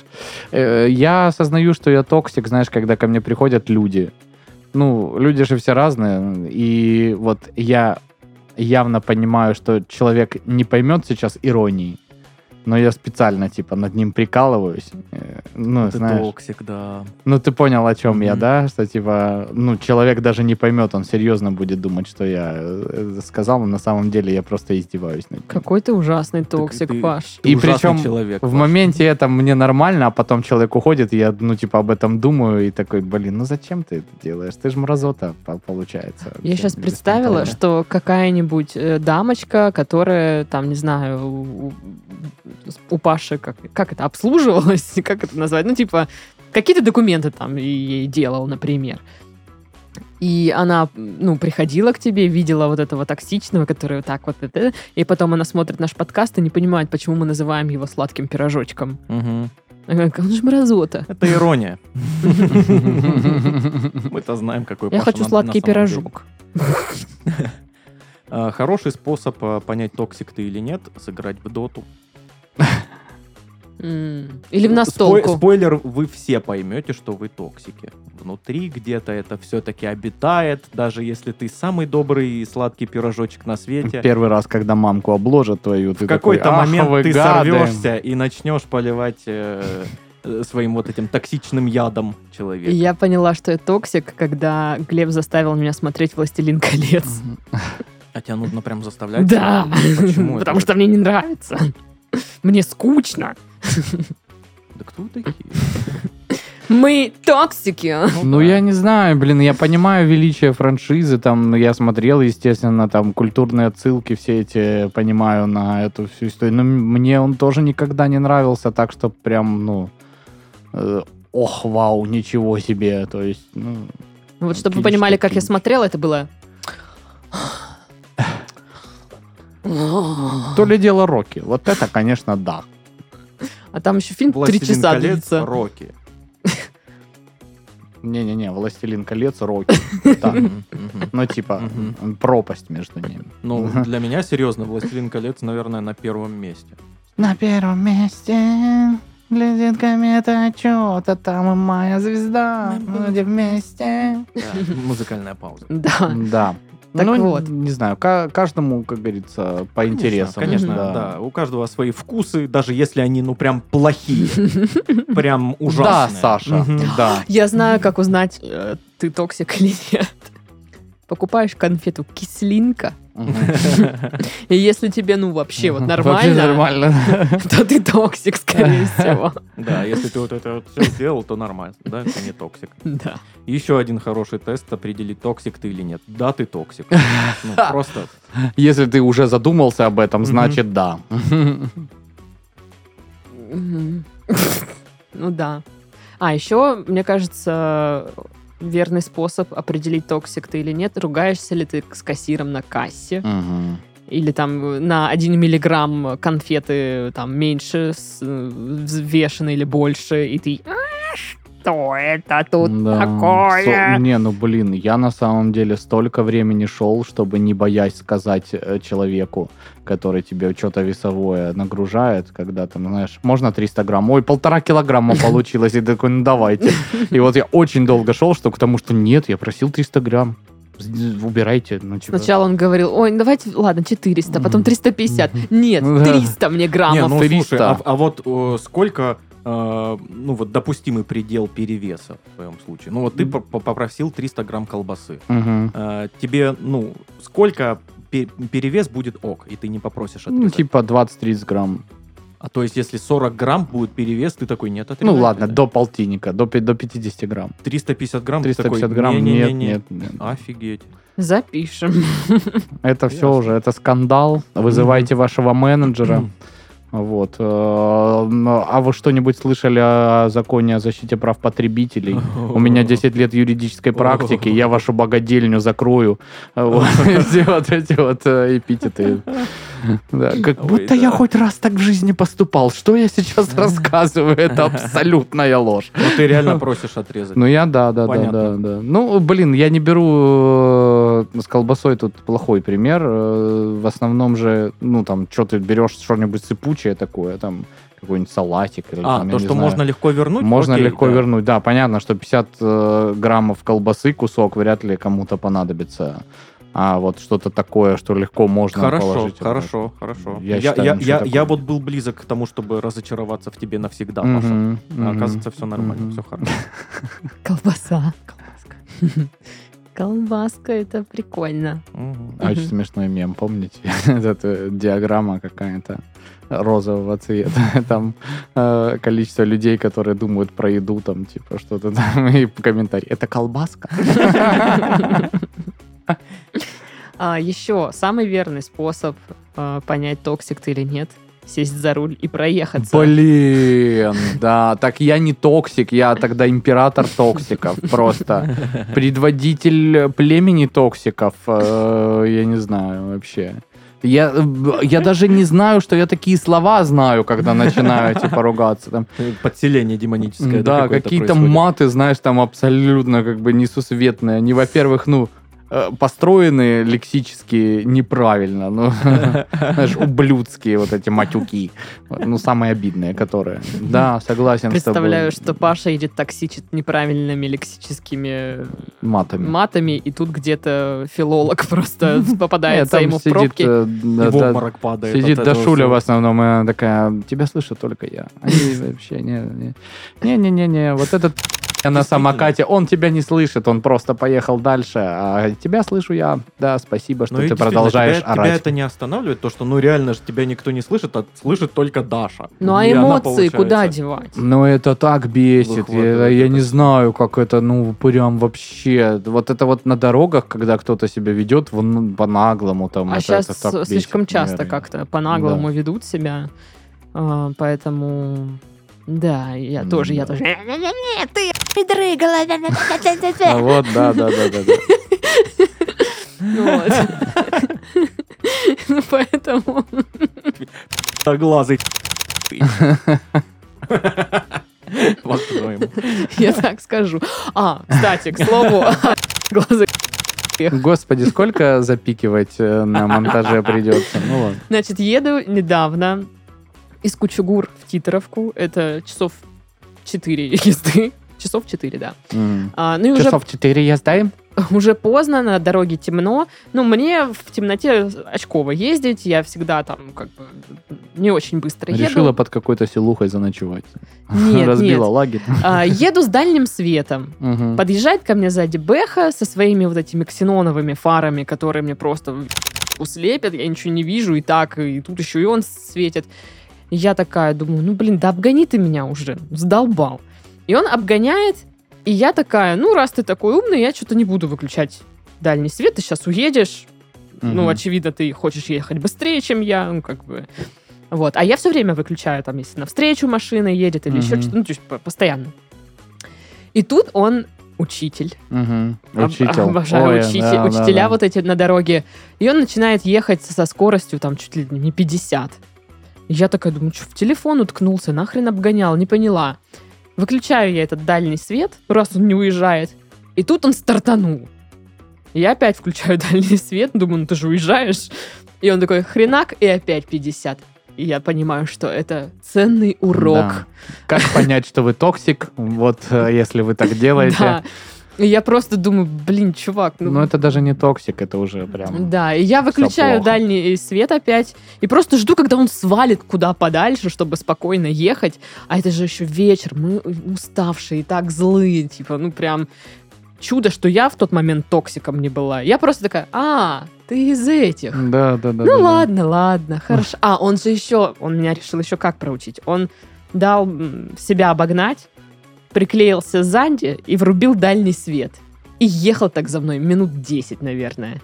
B: Э, Я осознаю, что я токсик, знаешь, когда ко мне приходят люди. Ну, люди же все разные. И вот я явно понимаю, что человек не поймет сейчас иронии. Но я специально, типа, над ним прикалываюсь. Э, Ну,
C: Ты
B: знаешь.
C: токсик, да.
B: Ну, ты понял, о чем я,
C: Мгм.
B: да? Что, типа, ну, человек даже не поймет, он серьезно будет думать, что я э, сказал, но на самом деле я просто издеваюсь над ним.
A: Какой ты ужасный токсик,
C: ты-
A: Паш.
C: Ты
B: И
C: ужасный
B: причем
C: человек.
B: В
C: Паш.
B: моменте это мне нормально, а потом человек уходит, и я, ну, типа, об этом думаю, и такой, блин, ну зачем ты это делаешь? Ты же мразота, по- получается.
A: Я сейчас
B: Без
A: представила,
B: контроля.
A: что какая-нибудь э, дамочка, которая, там, не знаю, у, у- у Паши, как, как это, обслуживалась, как это назвать, ну, типа, какие-то документы там ей делал, например. И она, ну, приходила к тебе, видела вот этого токсичного, который вот так вот, это, и потом она смотрит наш подкаст и не понимает, почему мы называем его сладким пирожочком.
C: Мгм.
A: Она говорит, он же мразота.
C: Это ирония. Мы-то знаем, какой
A: Я
C: Паша
A: хочу
C: на- на
A: сладкий
C: самом
A: пирожок.
C: деле. А, Хороший способ а, понять, токсик ты или нет, сыграть в доту.
A: М. Или в
C: Спой-
A: настолку.
C: Спойлер, вы все поймете, что вы токсики. Внутри где-то это все-таки обитает, даже если ты самый добрый и сладкий пирожочек на свете.
B: Первый раз, когда мамку обложат твою, ты
C: в какой-то
B: такой, «Ах, вы
C: момент ты
B: гады».
C: сорвешься и начнешь поливать э, э, своим вот этим токсичным ядом
A: И
C: человека.
A: Я поняла, что я токсик, когда Глеб заставил меня смотреть «Властелин колец».
C: А тебя нужно прям заставлять?
A: Да,
C: Почему
A: потому
C: это?
A: что мне не нравится. Мне скучно.
C: Да кто вы такие?
A: Мы токсики.
B: Ну,
C: да.
B: я не знаю, блин, я понимаю величие франшизы, там, ну, я смотрел, естественно, там, культурные отсылки все эти, понимаю, на эту всю историю, но м- мне он тоже никогда не нравился, так что прям, ну, э, ох, вау, ничего себе, то есть, ну,
A: Ну Вот, чтобы вы
B: Кинь,
A: понимали,
B: что
A: как я
B: кинь.
A: смотрела, это было...
B: то ли дело Рокки, вот это, конечно, да.
A: А там еще фильм три
C: «Властелин
A: часа
C: колец»,
A: длится.
C: Рокки.
B: Не-не-не, «Властелин колец», Рокки, да.
C: Мгм, мгм.
B: Ну, типа,
C: Мгм.
B: пропасть между ними.
C: Ну, для меня, серьезно, «Властелин колец», наверное, на первом месте.
B: На первом месте глядит комета, что-то там и моя звезда, люди вместе.
C: Да, Музыкальная пауза.
A: Да.
B: Да.
A: Так
B: ну,
A: вот.
B: не знаю, ка- каждому, как говорится, по интересам.
C: Конечно,
B: да.
C: да. У каждого свои вкусы, даже если они, ну, прям плохие. Прям
B: Да,
C: ужасные.
B: Саша,
C: Мгм.
B: да.
A: Я знаю, как узнать, э, ты токсик или нет. покупаешь конфету кислинка,
B: Мгм.
A: и если тебе, ну, вообще вот
B: Вообще
A: нормально,
B: нормально.
A: то ты токсик, скорее всего.
C: Да, если ты вот это вот все сделал, то нормально, да, это не токсик.
A: Да.
C: Еще один хороший тест определить, токсик ты или нет. Да, ты токсик. Ну, просто
B: Если ты уже задумался об этом,
C: Мгм.
B: значит да.
A: Мгм. Ну да. А еще, мне кажется, верный способ определить, токсик ты или нет, ругаешься ли ты с кассиром на кассе,
B: Мгм.
A: или там на 1 миллиграмм конфеты там меньше с- э, взвешены или больше, и ты... «А, Что это тут
B: Да.
A: такое?
B: Со- Не, ну блин, я на самом деле столько времени шел, чтобы не боясь сказать э, человеку, который тебе что-то весовое нагружает, когда там, знаешь, можно 300 грамм, ой, полтора килограмма получилось, и ты такой, ну давайте. И вот я очень долго шел, что к тому, что нет, я просил 300 грамм, З- убирайте, ну типа.
A: Сначала он говорил, ой, ну давайте, ладно, 400, потом
B: Мгм.
A: 350. Нет,
B: Ну да.
A: 300 мне
C: Не,
A: граммов.
C: ну
B: 300.
C: слушай, а, а вот э, сколько, э, ну вот допустимый предел перевеса в твоем случае? Ну вот ты по- по- попросил 300 грамм колбасы.
B: Мгм.
C: Э, тебе, ну, сколько пе- перевес будет ок, и ты не попросишь
B: Ну,
C: отрезать?
B: типа 20-30 грамм.
C: А то есть, если 40 грамм будет перевес, ты такой, нет,
B: Ну
C: отрезать
B: ладно,
C: надо».
B: до полтинника, до пи- до 50 грамм.
C: 350 грамм,
B: 350
C: ты такой,
B: грамм, нет,
C: «Не-не-не-не».
B: нет, нет.
C: Офигеть.
A: Запишем.
B: Это все
C: Ясно.
B: уже, это скандал. Вызывайте вашего менеджера. Вот. Э, ну, А вы что-нибудь слышали о законе о защите прав потребителей? У меня 10 лет юридической практики, я вашу богадельню закрою. Вот. Все вот эти вот э, эпитеты. Да, Как
C: Ой,
B: будто я
C: да.
B: хоть раз так в жизни поступал. Что я сейчас рассказываю? Это абсолютная ложь.
C: Но ты реально просишь отрезать.
B: Ну, я да, да, да,
C: Понятно.
B: да, да. Ну, блин, я не беру э, с колбасой тут плохой пример. Э, В основном же, ну, там, что ты берешь, что-нибудь сыпучее такое, там, какой-нибудь салатик. Или,
C: А,
B: там, я
C: то,
B: не
C: что
B: знаю.
C: можно легко вернуть?
B: Можно
C: окей,
B: легко
C: да.
B: вернуть. Да, понятно, что 50 э, граммов колбасы кусок вряд ли кому-то понадобится. А вот что-то такое, что легко можно
C: Хорошо,
B: положить.
C: хорошо, хорошо.
B: Я
C: Я,
B: считаю,
C: я-
B: ничего
C: я-
B: такого
C: я
B: нет.
C: вот был близок к тому, чтобы разочароваться в тебе навсегда,
B: Мгм,
C: Паша. А
B: мгм.
C: Оказывается, все нормально,
B: Мгм.
C: все хорошо.
A: Колбаса. Колбаска. Колбаска, это прикольно.
C: Мгм.
A: А,
B: Очень
A: Мгм.
B: смешной мем, помните? Это диаграмма какая-то розового цвета. Там э, количество людей, которые думают про еду, там, типа, что-то там, и комментарий. Это колбаска?
A: А еще самый верный способ э, понять, токсик ты или нет, сесть за руль и проехаться.
B: Блин, да, так я не токсик, я тогда император токсиков просто. Предводитель племени токсиков, э, я не знаю вообще. Я, э, я даже не знаю, что я такие слова знаю, когда начинаю типа ругаться. Там,
C: Подселение демоническое.
B: Да,
C: какое-то
B: какие-то
C: происходит.
B: маты, знаешь, там абсолютно как бы несусветные. Они, во-первых, ну, э, построены лексически неправильно, ну, знаешь, ублюдские вот эти матюки, ну, самые обидные, которые. Да, согласен с тобой.
A: Представляю, что Паша едет таксичит неправильными лексическими
B: Матами.
A: матами, и тут где-то филолог просто
B: Нет,
A: попадается
B: там
A: ему в
B: сидит,
A: пробки.
B: э, да,
C: И в
B: да,
C: обморок падает.
B: Сидит
C: от этого
B: Дашуля в
C: всего.
B: основном, и она такая, тебя слышу только я. Они вообще не... Не-не-не-не, вот этот на
C: Действительно.
B: самокате, он тебя не слышит, он просто поехал дальше, а тебя слышу я. Да, спасибо, что
C: Ну и
B: ты
C: действительно,
B: продолжаешь
C: тебя, тебя
B: орать.
C: это не останавливает, то, что ну реально же тебя никто не слышит, а слышит только Даша.
A: Ну а
C: И она,
A: эмоции куда
C: получается,
A: девать?
B: Ну это так бесит,
C: Выхватывает
B: я, я
C: это
B: не
C: всё.
B: знаю, как это, ну прям вообще. Вот это вот на дорогах, когда кто-то себя ведет вон- по-наглому там.
A: А
B: это-
A: сейчас
B: это так
A: слишком
B: бесит,
A: часто
B: невероятно.
A: как-то по-наглому ведут себя. А, Поэтому. Да, я
B: М,
A: тоже, я
B: да.
A: тоже.
D: Не-не-не, ты придрыгала.
B: А Вот, да, да, да, да. да.
A: Ну вот. Ну, Поэтому.
C: Седоглазый ты. По-твоему.
A: Я так скажу. А, кстати, к слову, глаза.
B: Господи, сколько запикивать э, на монтаже придется? Ну ладно.
A: Значит, еду недавно из Кучугур в Титровку. Это часов 4 езды. Часов 4, да.
B: М.
A: А, ну и уже
B: Часов 4 езда
A: уже поздно, на дороге темно. Ну, мне в темноте очково ездить, я всегда там как бы не очень быстро еду.
B: Решила под какой-то селухой заночевать.
A: Нет,
B: Разбила
A: нет.
B: лагерь.
A: А, еду с дальним светом.
B: Мгм.
A: Подъезжает ко мне сзади Бэха со своими вот этими ксеноновыми фарами, которые мне просто в ***ку слепят, я ничего не вижу, и так, и тут еще и он светит. И Я такая думаю, ну блин, да обгони ты меня уже, задолбал. И он обгоняет, и я такая, ну раз ты такой умный, я что-то не буду выключать дальний свет, ты сейчас уедешь, ну,
B: Мгм.
A: очевидно, ты хочешь ехать быстрее, чем я, ну, как бы. Вот. А я все время выключаю, там, если навстречу машина едет или еще
B: Мгм.
A: что-то, ну, то есть по- постоянно. И тут он учитель.
B: Мгм.
A: Об-
B: Учитель.
A: Обожаю
B: Ой,
A: учитель-
B: да, да,
A: учителя
B: да.
A: вот эти на дороге. И он начинает ехать со скоростью, там, чуть ли не 50. И я такая думаю, что в телефон уткнулся, нахрен обгонял, не поняла. Выключаю я этот дальний свет, ну, раз он не уезжает. И тут он стартанул. И Я опять включаю дальний свет, думаю, ну ты же уезжаешь. И он такой, хренак, и опять 50. И я понимаю, что это ценный урок.
B: Да. Как понять, что вы токсик, вот э, если вы так делаете.
A: Да. И я просто думаю, блин, чувак, ну...
B: Но это даже не токсик, это уже прям...
A: Да, и я выключаю
B: плохо.
A: дальний свет опять и просто жду, когда он свалит куда подальше, чтобы спокойно ехать. А это же еще вечер, мы уставшие и так злые, типа, ну прям чудо, что я в тот момент токсиком не была. Я просто такая, а, ты из этих.
B: Да, да, да. да,
A: Ну
B: да.
A: ладно, ладно, хорошо. А, он же еще, он меня решил еще как проучить. Он дал м, себя обогнать, приклеился сзади и врубил дальний свет. И ехал так за мной минут 10, наверное.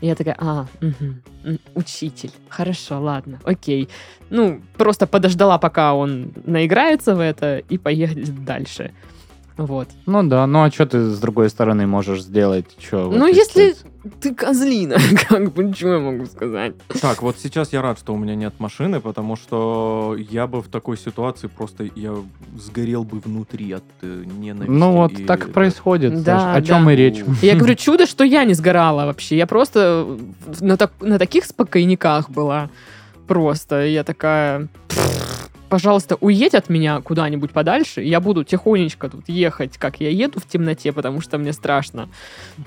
A: И я такая, а, мгм, м, учитель. Хорошо, ладно, окей. Ну, просто подождала, пока он наиграется в это, и поехали дальше. Вот.
B: Ну да, ну а что ты с другой стороны можешь сделать? Чё,
A: Ну,
B: вот
A: если ты козлина, как бы, что я могу сказать?
C: Так, вот сейчас я рад, что у меня нет машины, потому что я бы в такой ситуации просто я сгорел бы внутри от э, ненависти.
B: Ну вот
C: и-
B: так и происходит,
A: Да,
B: Саш, о
A: да.
B: чем и речь.
C: У.
A: Я говорю, чудо, что я не сгорала вообще. Я просто в- на, так- на таких спокойниках была. Просто я такая... «Пф, Пожалуйста, уедь от меня куда-нибудь подальше. Я буду тихонечко тут ехать, как я еду в темноте, потому что мне страшно.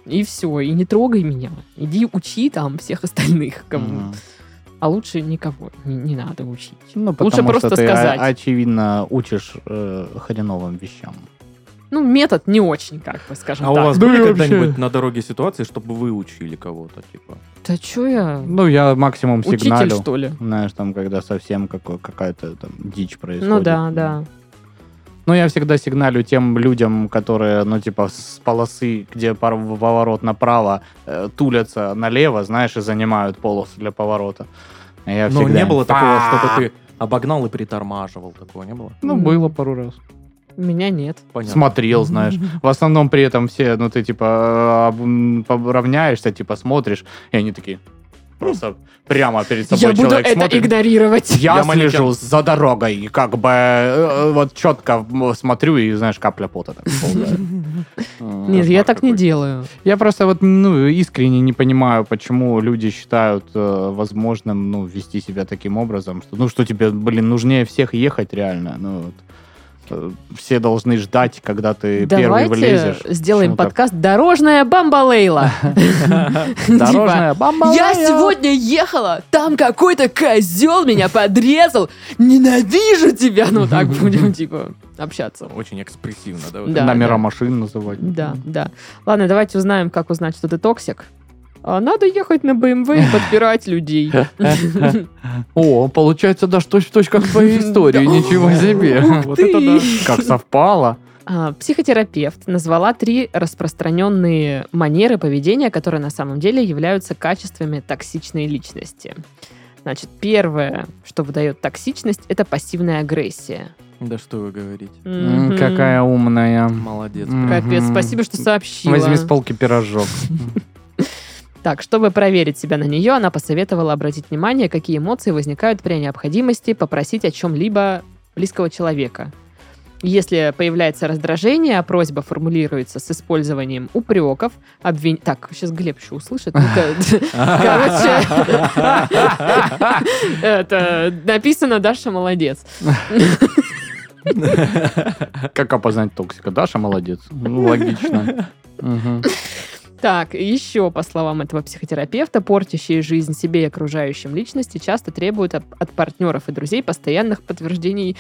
A: И все, и не трогай меня. Иди учи там всех остальных. Кому.
B: Мгм.
A: А лучше никого не, не надо учить.
B: Ну,
A: Лучше
B: потому
A: просто
B: что ты, а-
A: сказать.
B: очевидно, учишь э, хреновым вещам.
A: Ну, метод не очень, как бы, скажем
C: А у
A: так.
C: вас
B: Да Ну и
C: были
B: вообще-
C: когда-нибудь на дороге ситуации, чтобы вы учили кого-то, типа?
A: Да чё я?
B: Ну, я максимум
A: Учитель,
B: сигналю.
A: что ли?
B: Знаешь, там, когда совсем какой- какая-то там дичь происходит.
A: Ну да, да.
B: Ну, я всегда сигналю тем людям, которые, ну, типа, с полосы, где пар- поворот направо, э, тулятся налево, знаешь, и занимают полосу для поворота. Я
C: Но
B: всегда
C: Ну, не
B: им-
C: было такого, чтобы
B: Па!
C: ты обогнал и притормаживал. Такого не было?
B: Ну, было пару раз.
A: Меня нет.
C: Понятно.
B: Смотрел, знаешь. В основном при этом все, ну, ты, типа, э, об- м, равняешься, типа, смотришь, и они такие просто прямо перед собой
A: Я буду
B: человек
A: это
B: смотрит.
A: игнорировать.
B: Я,
C: Я манекен.
B: слежу за дорогой, и как бы э, вот четко смотрю и, знаешь, капля пота так ползает.
A: Нет, я
C: Кошмар
A: так не
C: какой.
A: делаю.
B: Я просто вот ну, искренне не понимаю, почему люди считают э, возможным ну, вести себя таким образом, что ну что тебе, блин, нужнее всех ехать реально. Ну, вот. Э, все должны ждать, когда ты первый
A: Давайте
B: вылезешь.
A: сделаем
B: Почему так?
A: подкаст «Дорожная бамбалейла». Типа,
B: Дорожная бамба.
A: Я сегодня ехала, там какой-то козел меня подрезал. Ненавижу тебя. Ну так будем, типа, общаться.
C: Очень экспрессивно, да?
A: Да,
B: Номера
A: да.
B: машин называть.
A: Да, да. Ладно, давайте узнаем, как узнать, что ты токсик. А надо ехать на БМВ и подпирать людей.
B: О, получается, да, точь в точь, как в твоей истории, ничего себе.
C: Вот это да.
B: Как совпало.
A: А, Психотерапевт назвала три распространенные манеры поведения, которые на самом деле являются качествами токсичной личности. Значит, первое, что выдает токсичность, это пассивная агрессия.
C: Да что вы говорите.
B: М,
A: Мгм.
B: Какая умная.
C: Молодец.
B: М.
C: прям.
A: Капец,
B: Мгм.
A: спасибо, что сообщила.
B: Возьми с полки пирожок.
A: Так, чтобы проверить себя на нее, она посоветовала обратить внимание, какие эмоции возникают при необходимости попросить о чем-либо близкого человека. Если появляется раздражение, а просьба формулируется с использованием упреков, обвин... Так, сейчас Глеб еще услышит. Ну-ка, Короче, это написано «Даша молодец».
B: Как опознать токсика? Даша молодец. Ну, Логично. Мгм.
A: Так, и еще, по словам этого психотерапевта, портящие жизнь себе и окружающим личности часто требуют от, от партнеров и друзей постоянных подтверждений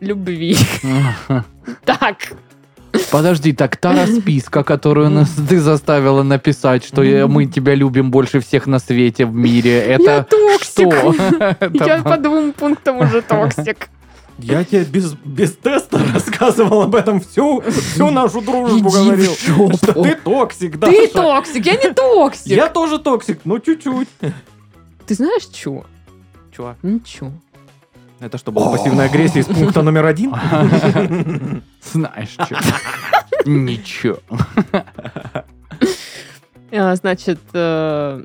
A: любви. Так,
B: Подожди, так та расписка, которую нас ты заставила написать, что я- мы тебя любим больше всех на свете в мире,
A: я
B: это
A: токсик.
B: что?
A: Я
B: Это
A: по двум пунктам уже токсик.
C: Я тебе без, без теста рассказывал об этом всю, всю нашу дружбу
B: Иди в
C: говорил.
B: жопу.
C: Что ты токсик, да?
A: Ты токсик, я не токсик.
C: Я тоже токсик, ну чуть-чуть.
A: Ты знаешь, чего?
C: Чувак,
A: Ничего.
C: это что, была пассивная агрессия из пункта номер один?
B: Знаешь что? Ничего.
A: А, Значит, э,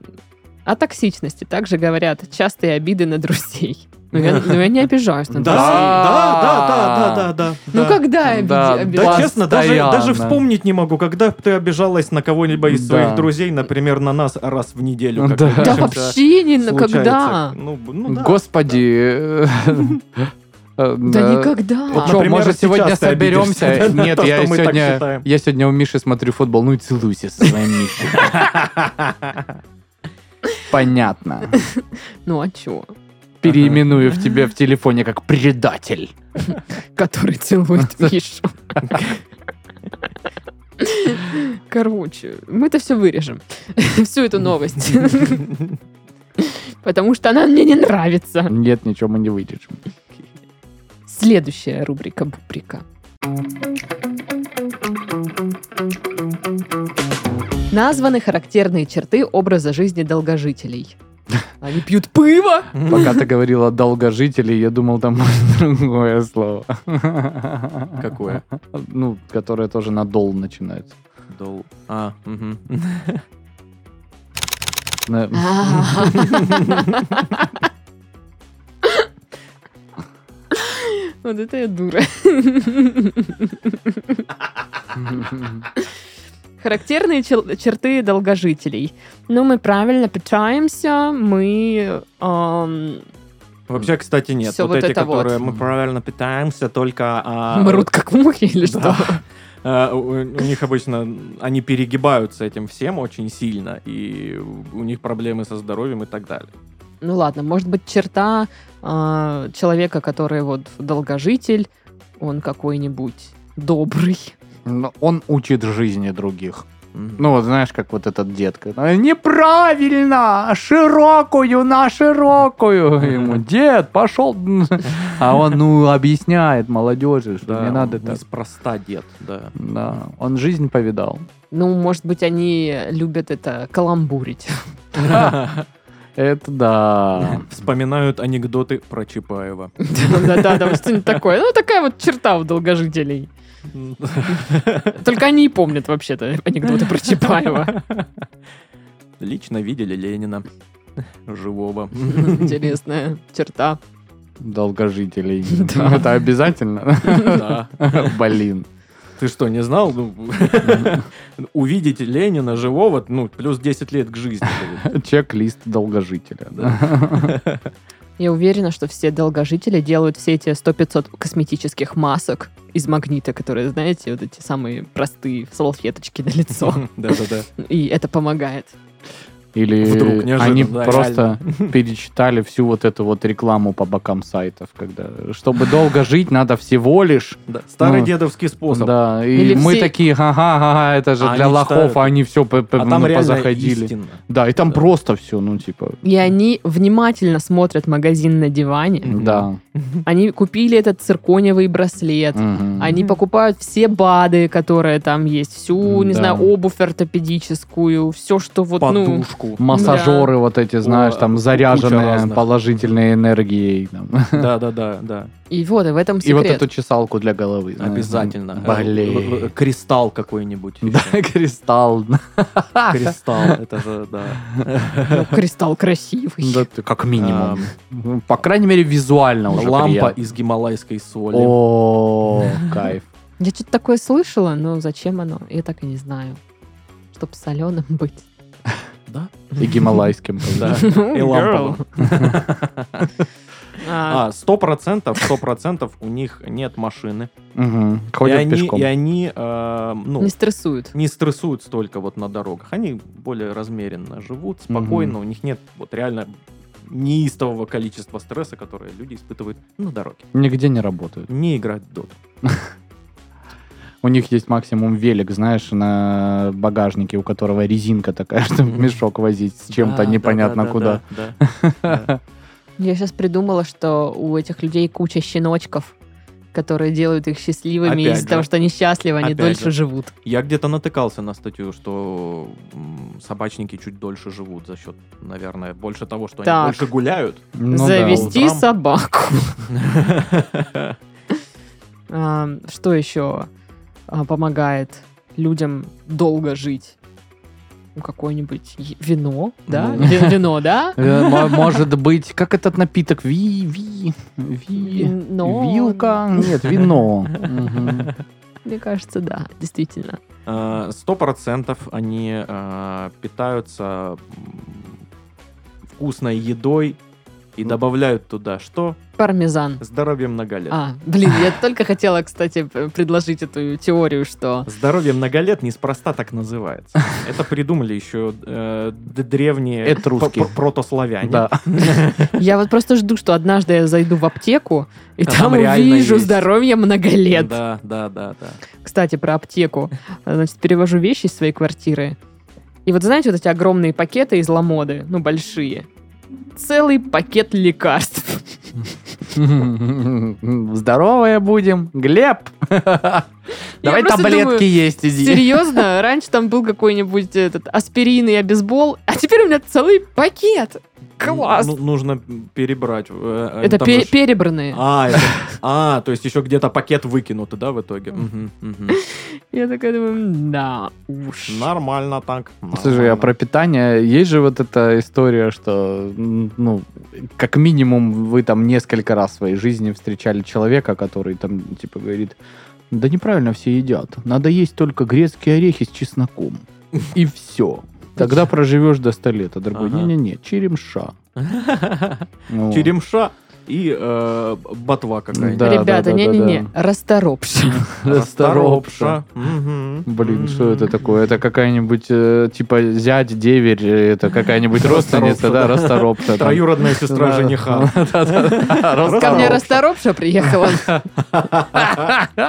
A: о токсичности также говорят частые обиды на друзей. Ну, я, ну, я не обижаюсь на
B: Да.
A: друзей.
C: да, да, да, да, да,
A: Ну,
C: да.
A: когда я
B: Да,
A: обиди-
C: Да,
A: обижаюсь?
C: честно, даже,
B: Постоянно.
C: даже вспомнить не могу, когда ты обижалась на кого-либо из
B: Да.
C: своих друзей, например, на нас раз в неделю. как
B: Да.
C: мы
A: Да
C: учимся,
A: вообще не на
C: случается.
A: когда.
C: Ну, б- ну да.
B: Господи. э,
A: Да
C: Вот,
A: никогда.
B: Че,
C: например,
B: может,
C: сейчас
B: сегодня
C: ты обиделся
B: соберемся?
C: на
B: Нет,
C: то,
B: я
C: что мы так
B: сегодня,
C: считаем.
B: я сегодня у Миши смотрю футбол, ну и целуйся со своим Мишей. Понятно.
A: Ну а чего?
B: Переименую в тебе в телефоне как предатель.
A: Который целует Мишу. Короче, мы-то все вырежем. Всю эту новость. Потому что она мне не нравится.
B: Нет, ничего мы не вырежем.
A: Следующая рубрика Бубрика. Названы характерные черты образа жизни долгожителей. Они пьют пиво.
B: Пока ты говорила долгожители, я думал там другое слово.
C: Какое?
B: Ну, которое тоже на дол начинается.
C: Дол- А, мгм.
B: На-
A: А. Вот это я дура.
C: А.
A: Характерные чел- черты долгожителей. Ну, мы правильно питаемся, мы... эм,
C: Вообще, кстати, нет.
A: Всё
C: вот,
A: вот
C: эти,
A: это вот.
C: которые мы правильно питаемся, только... а,
A: мрут как мухи или
C: Да.
A: что?
C: А, У у них обычно они перегибаются этим всем очень сильно, и у них проблемы со здоровьем и так далее.
A: Ну ладно, может быть, черта а, человека, который вот долгожитель, он какой-нибудь добрый.
B: Ну, Он учит жизни других. Ну, вот знаешь, как вот этот детка. «А, Неправильно! Широкую на широкую! Ему, дед, пошел! А он, ну, объясняет молодежи, что
C: да,
B: не надо так.
C: Неспроста дед, да.
B: Да, он жизнь повидал.
A: Ну, может быть, они любят это каламбурить.
B: Это да.
C: Вспоминают анекдоты про Чапаева.
A: Да-да-да, там что-нибудь такое. Ну, такая вот черта у долгожителей. Только они и помнят вообще-то анекдоты про Чапаева.
C: Лично видели Ленина живого.
A: Интересная черта.
B: Долгожителей.
A: Да.
B: Это обязательно?
C: Да.
B: Блин.
C: Ты что, не знал? Ну, Увидеть Ленина живого, ну, плюс 10 лет к жизни.
B: Чек-лист долгожителя.
A: Я уверена, что все долгожители делают все эти 100-500 косметических масок из магнита, которые, знаете, вот эти самые простые салфеточки на лицо.
C: Да-да-да.
A: И это помогает.
B: Или
C: Вдруг, неожиданно,
B: они
C: да,
B: просто перечитали всю вот эту вот рекламу по бокам сайтов, когда чтобы долго жить, надо всего лишь.
C: Да, Старый
B: Ну,
C: дедовский способ.
B: Да, и
A: Или
B: мы
A: все-
B: такие, ага, ага, это же
C: А
B: для
C: они
B: лохов,
C: читают.
B: а они все
C: А там реально
B: позаходили.
C: истинно.
B: Да, и там
C: Да.
B: просто все, ну типа,
A: И они внимательно смотрят магазин на диване.
C: Мгм.
B: да.
A: Они купили этот циркониевый браслет.
B: Мгм.
A: Они покупают все БАДы, которые там есть, всю, не
B: Да.
A: знаю, обувь ортопедическую, все, что вот, ну...
C: Подушку.
B: Массажеры вот эти, знаешь,
C: О,
B: там
C: куча
B: заряженные
C: разных.
B: положительной энергией. там.
C: Да, да, да, да.
A: И вот, и в этом
B: И
A: секрет.
B: вот эту чесалку для головы. знаешь.
C: Обязательно. Э, э,
B: Блин.
C: Кристалл какой-нибудь.
B: Да, кристалл.
C: Кристалл, это же, да.
A: Ну, кристалл красивый.
C: э,
B: Да, ты- как минимум. Ну, По крайней мере, визуально уже
C: Лампа
B: приятно.
C: из гималайской соли.
B: О, кайф.
A: Я что-то такое слышала, но зачем оно? Я так и не знаю. Чтоб соленым быть.
C: Да?
B: И гималайским.
C: Да.
A: Ну,
C: И
A: girl.
C: ламповым.
A: А,
C: А, сто процентов, сто процентов у них нет машины.
B: Мгм.
C: И
B: Ходят
C: они,
B: пешком.
C: и они э, ну,
A: Не стрессуют.
C: не стрессуют столько вот на дорогах. Они более размеренно живут, спокойно, у них нет вот реально неистового количества стресса, которое люди испытывают на дороге.
B: Нигде не работают.
C: Не играть в доту.
B: У них есть максимум велик, знаешь, на багажнике, у которого резинка такая, чтобы
C: Мгм.
B: мешок возить с чем-то
C: Да, да,
B: непонятно
C: да, да,
B: куда.
C: да, да, да.
A: Я сейчас придумала, что у этих людей куча щеночков, которые делают их счастливыми
C: Опять
A: из-за
C: же.
A: того, что они счастливы, они
C: Опять
A: дольше
C: же.
A: живут.
C: Я где-то натыкался на статью, что м, собачники чуть дольше живут за счет, наверное, больше того, что
A: Так.
C: они больше гуляют.
B: Ну да,
A: Завести
C: утром.
A: собаку. А, Что еще а, помогает людям долго жить? Ну, какое-нибудь е- вино, да?
C: Ну.
A: Ви- Вино, да?
B: Э, мо- Может быть, как этот напиток? Ви, ви, ви...
A: Вино.
B: Вилка? Нет, вино. Мгм.
A: Мне кажется, да, действительно.
C: Э, Сто процентов они э, питаются м, вкусной едой и
B: Ну.
C: добавляют туда что?
A: Пармезан.
C: Здоровье многолет.
A: А, блин, я только хотела, кстати, п- предложить эту теорию, что
C: Здоровье многолет неспроста так называется. Это придумали еще э, д- древние
B: Этруски.
C: пр- пр- протославяне.
B: Да.
A: я вот просто жду, что однажды я зайду в аптеку, и
C: А там
A: там
C: реально
A: увижу
C: есть.
A: здоровье многолет.
C: Да, да, да, да.
A: Кстати, про аптеку. Значит, перевожу вещи из своей квартиры. И вот знаете, вот эти огромные пакеты из ламоды, ну, большие. Целый пакет лекарств.
B: Здоровые будем. Глеб! Давай
A: просто думаю,
B: таблетки есть, иди.
A: Серьезно? Раньше там был какой-нибудь этот аспирин и обезбол, а теперь у меня целый пакет. Класс.
C: Ну, нужно перебрать. э, э,
A: Это
C: там
A: пе-
C: же-
A: перебранные.
C: А, это- а, то есть еще где-то пакет выкинут, да, в итоге? Мгм, мгм.
A: Я такая думаю, да уж.
C: Нормально так.
B: Слушай, а
C: нормально.
B: про питание есть же вот эта история, что, м, ну, как минимум вы там несколько раз в своей жизни встречали человека, который там, типа, говорит, да неправильно все едят, надо есть только грецкие орехи с чесноком. И все. Тогда проживешь до 100 лет, а другой,
C: Ага.
B: не-не-не, черемша. Ну,
C: Черемша и э, ботва какая-нибудь.
B: Да, да,
A: Ребята,
B: да,
A: не-не-не,
B: да,
A: расторопша.
B: расторопша.
C: Мгм.
B: Блин, что это
C: Мгм.
B: такое? Это какая-нибудь, э, типа, зять, деверь, э, это какая-нибудь родственница,
C: Расторопша,
B: да,
C: да.
B: расторопша. там.
C: Троюродная сестра
B: Да.
C: жениха.
B: Да-да-да.
A: Ко мне
B: Расторопша.
A: расторопша приехала. Ну,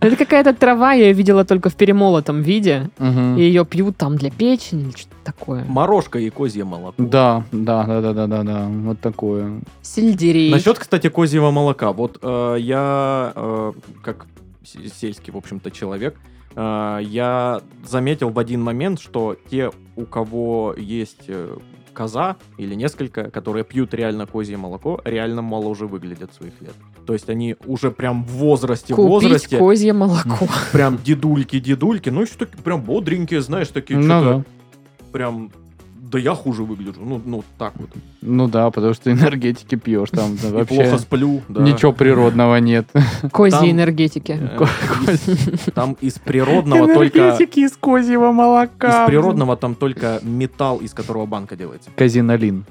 A: Это какая-то трава, я ее видела только в перемолотом виде.
B: Мгм.
A: И ее пьют там для печени или что-то такое.
C: Морожка и козье молоко.
B: Ну, Да, да, да, да, да, да, да, вот такое.
A: Сельдерей.
C: Насчет, кстати, козьего молока. Вот э, я, э, как с- сельский, в общем-то, человек, э, я заметил в один момент, что те, у кого есть э, коза или несколько, которые пьют реально козье молоко, реально моложе выглядят своих лет. То есть они уже прям в возрасте, в
A: Купить
C: возрасте,
A: козье молоко.
C: прям дедульки-дедульки, ну еще такие прям бодренькие, знаешь, такие
B: Ну
C: что-то
B: да.
C: прям... Да я хуже выгляжу, ну, ну так вот.
B: Ну да, потому что энергетики пьешь там да,
C: И
B: вообще.
C: плохо сплю, да.
B: Ничего природного нет.
A: Козьи
C: Там-
A: энергетики.
C: Э, из- Там из природного только...
B: из козьего молока.
C: Из природного там только металл, из которого банка делается.
B: Казинолин.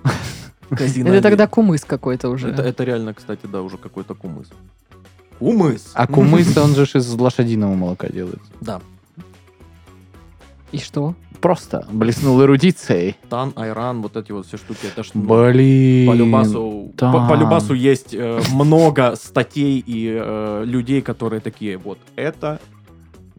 A: Это тогда кумыс какой-то
C: Это,
A: уже.
C: это реально, кстати, да, уже какой-то кумыс. Кумыс!
B: А кумыс, он же ж из лошадиного молока делает.
C: Да.
A: И что?
B: Просто блеснул эрудицией.
C: Тан, айран, вот эти вот все штуки. Это ж, ну,
B: Блин.
C: по любасу,
B: там.
C: по, по любасу есть э, много статей и э, людей, которые такие, вот, это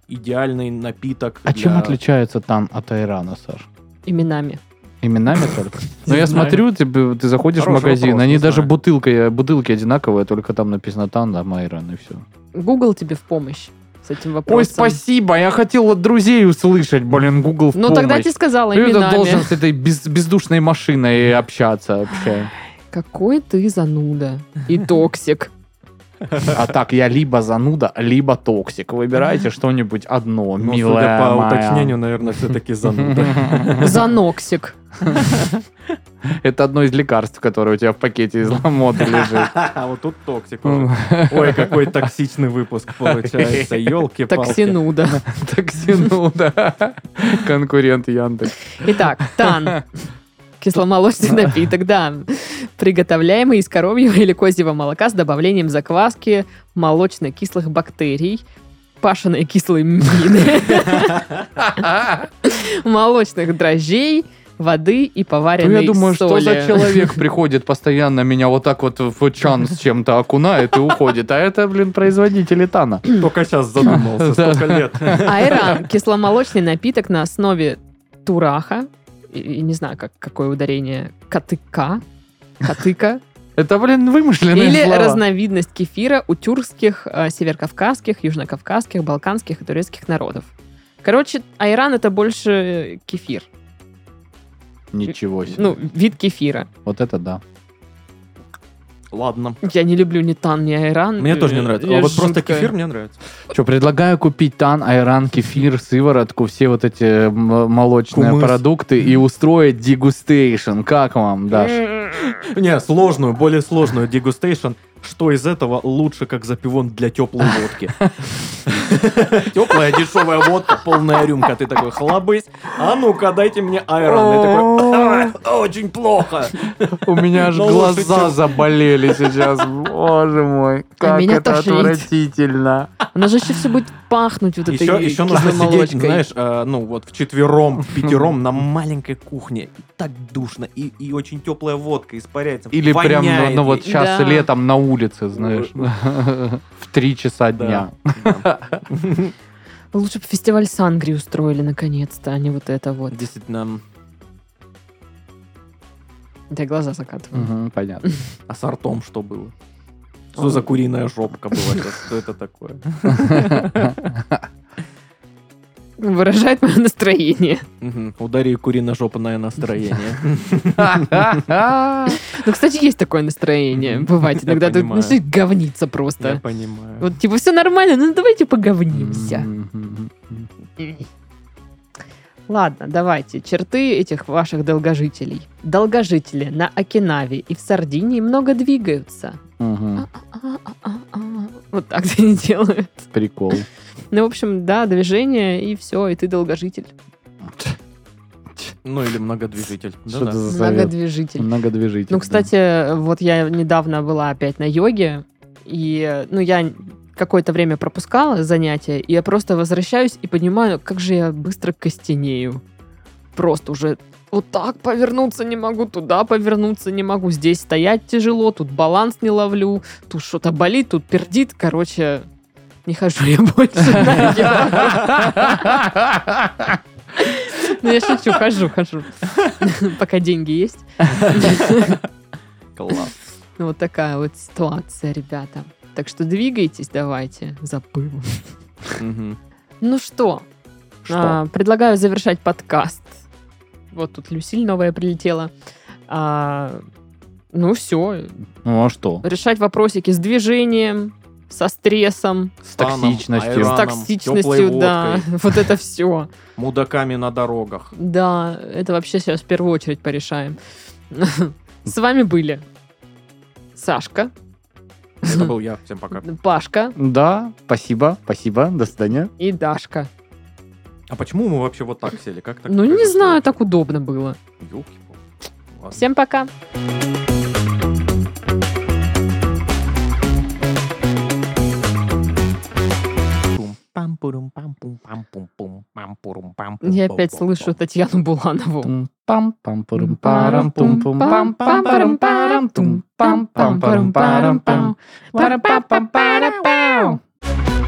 C: идеальный напиток
B: А чем
C: для-
B: отличается тан от айрана, Саш?
A: Именами.
B: Именами только? Ну, я
C: знаю.
B: смотрю, ты, ты заходишь в
C: Хороший
B: магазин,
C: вопрос,
B: они
C: не
B: даже
C: знаю.
B: бутылкой, э, бутылки одинаковые, только там написано тан, там айран и все.
A: Google тебе в помощь с этим вопросом.
B: Ой, спасибо, я хотел от друзей услышать, блин, Google в
A: Ну тогда я
B: помощь.
A: тебе сказала
B: Ты это должен
A: именами.
B: с этой без- бездушной машиной общаться вообще.
A: Какой ты зануда и токсик.
B: А так, я либо зануда, либо токсик. Выбирайте что-нибудь одно,
C: Ну, судя
B: милая
C: по
B: моя.
C: уточнению, наверное, все-таки зануда.
A: Заноксик.
B: Это одно из лекарств, которое у тебя в пакете из ломоты лежит.
C: А вот тут токсик уже.
A: Ну.
C: Ой, какой токсичный выпуск получается, елки-палки.
A: Токсинуда.
B: Токсинуда. Конкурент Яндекс.
A: Итак, тан. Кисломолочный напиток, да. приготовляемый из коровьего или козьего молока с добавлением закваски молочно-кислых бактерий, пашеной кислой мины, молочных дрожжей, воды и
B: Ну,
A: поваренной
B: я думаю, что за
A: соли.
B: человек приходит постоянно меня вот так вот в чан с чем-то окунает и уходит. А это, блин, производитель Итана.
C: Только сейчас задумался,
B: Да.
C: столько лет.
A: Айран – А кисломолочный напиток на основе тураха, и, и не знаю, как, какое ударение, катыка, катыка,
B: Это, блин, вымышленные
A: или
B: слова.
A: разновидность кефира у тюркских, э, северокавказских, южнокавказских, балканских и турецких народов. Короче, айран – это больше кефир,
B: Ничего себе.
A: ну, вид кефира.
B: Вот это да.
C: Ладно.
A: Я не люблю ни тан, ни айран.
C: Мне тоже не
A: Э,
C: нравится.
A: я
C: А вот просто
A: жуткая.
C: кефир мне нравится.
B: Что, предлагаю купить тан, айран, кефир, сыворотку, все вот эти м- молочные
C: Кумыс.
B: продукты и устроить дегустейшн. Как вам, Даш?
C: Не, сложную, более сложную дегустейшн. Что из этого лучше, как запивон для теплой водки? Теплая дешевая водка, полная рюмка. Ты такой, хлобысь. А ну-ка, дайте мне айрон. Я такой, «А, очень плохо.
B: У меня аж
A: Ну,
C: Но лучше,
B: глаза
C: чем-
B: заболели сейчас. Боже мой, как
A: А меня
B: это
A: тошнит.
B: отвратительно.
A: Она же еще все будет пахнуть вот
C: Еще,
A: этой
C: еще нужно
A: кислой
C: сидеть,
A: молочкой.
C: знаешь, э, ну вот в четвером, в пятером на маленькой кухне. И так душно, и, и очень теплая водка испаряется.
B: Или прям, ну,
C: воняет
B: ну,
C: ей.
B: вот сейчас
A: Да.
B: летом на улице, знаешь, в 3
C: Да.
B: часа дня.
A: Лучше бы фестиваль Сангри устроили наконец-то, а не вот это вот.
C: Действительно,
A: Да, я глаза закатываю.
B: Мгм, Понятно.
C: а с артом что было? Что за куриная жопка была? Это Что это такое?
A: Выражает мое настроение.
C: Мгм. Удари куриная жопное настроение.
A: Ну, кстати, есть такое настроение.
C: Мгм.
A: Бывает,
C: Я
A: иногда ты
C: понимаю.
A: начинаешь говниться
C: Я
A: просто.
C: понимаю.
A: Вот, типа, все нормально, ну давайте поговнимся.
B: Мгм.
A: Ладно, давайте. Черты этих ваших долгожителей. Долгожители на Окинаве и в Сардинии много двигаются.
B: Мгм.
A: А-а-а-а-а. Вот так они делают.
B: Прикол.
A: Ну, в общем, да, движение, и все, и ты долгожитель.
C: Ну или многодвижитель.
B: Что это
C: Да-да.
B: за совет?
A: Многодвижитель.
B: Многодвижитель.
A: Ну, кстати, вот я недавно была опять на йоге, и, ну, я какое-то время пропускала занятия, и я просто возвращаюсь и понимаю, как же я быстро костенею. Просто уже вот так повернуться не могу, туда повернуться не могу, здесь стоять тяжело, тут баланс не ловлю, тут что-то болит, тут пердит, короче, не хожу я больше на йогу. Ну, я шучу, хожу, хожу. Пока деньги есть.
C: Класс.
A: Ну, вот такая вот ситуация, ребята. Так что двигайтесь, давайте, за пылом.
C: Мгм.
A: Ну что,
C: Что?
A: а, предлагаю завершать подкаст. Вот тут Люсиль новая прилетела. А, ну все,
B: Ну, а что?
A: решать вопросики с движением, со стрессом,
B: С
C: Станом,
B: токсичностью.
A: с
C: айроном, тёплой
A: токсичностью, да,
C: водкой.
A: вот это все.
C: Мудаками на дорогах.
A: Да, это вообще сейчас в первую очередь порешаем. С вами были Сашка,
C: Это был я. Всем пока.
A: Пашка
B: Да, спасибо, спасибо, до свидания.
A: и Дашка.
C: А почему мы вообще вот так сели? Как так?
A: Ну, не
C: произошло?
A: знаю, так удобно было.
C: Ёлки-палки. Ладно.
A: Всем пока.
E: Я
A: Я опять слышу Татьяну Буланову.
B: Пам пам пам парам пум пум пам пам парам парам тум пам пам парам парам пам парам пам пам парам пау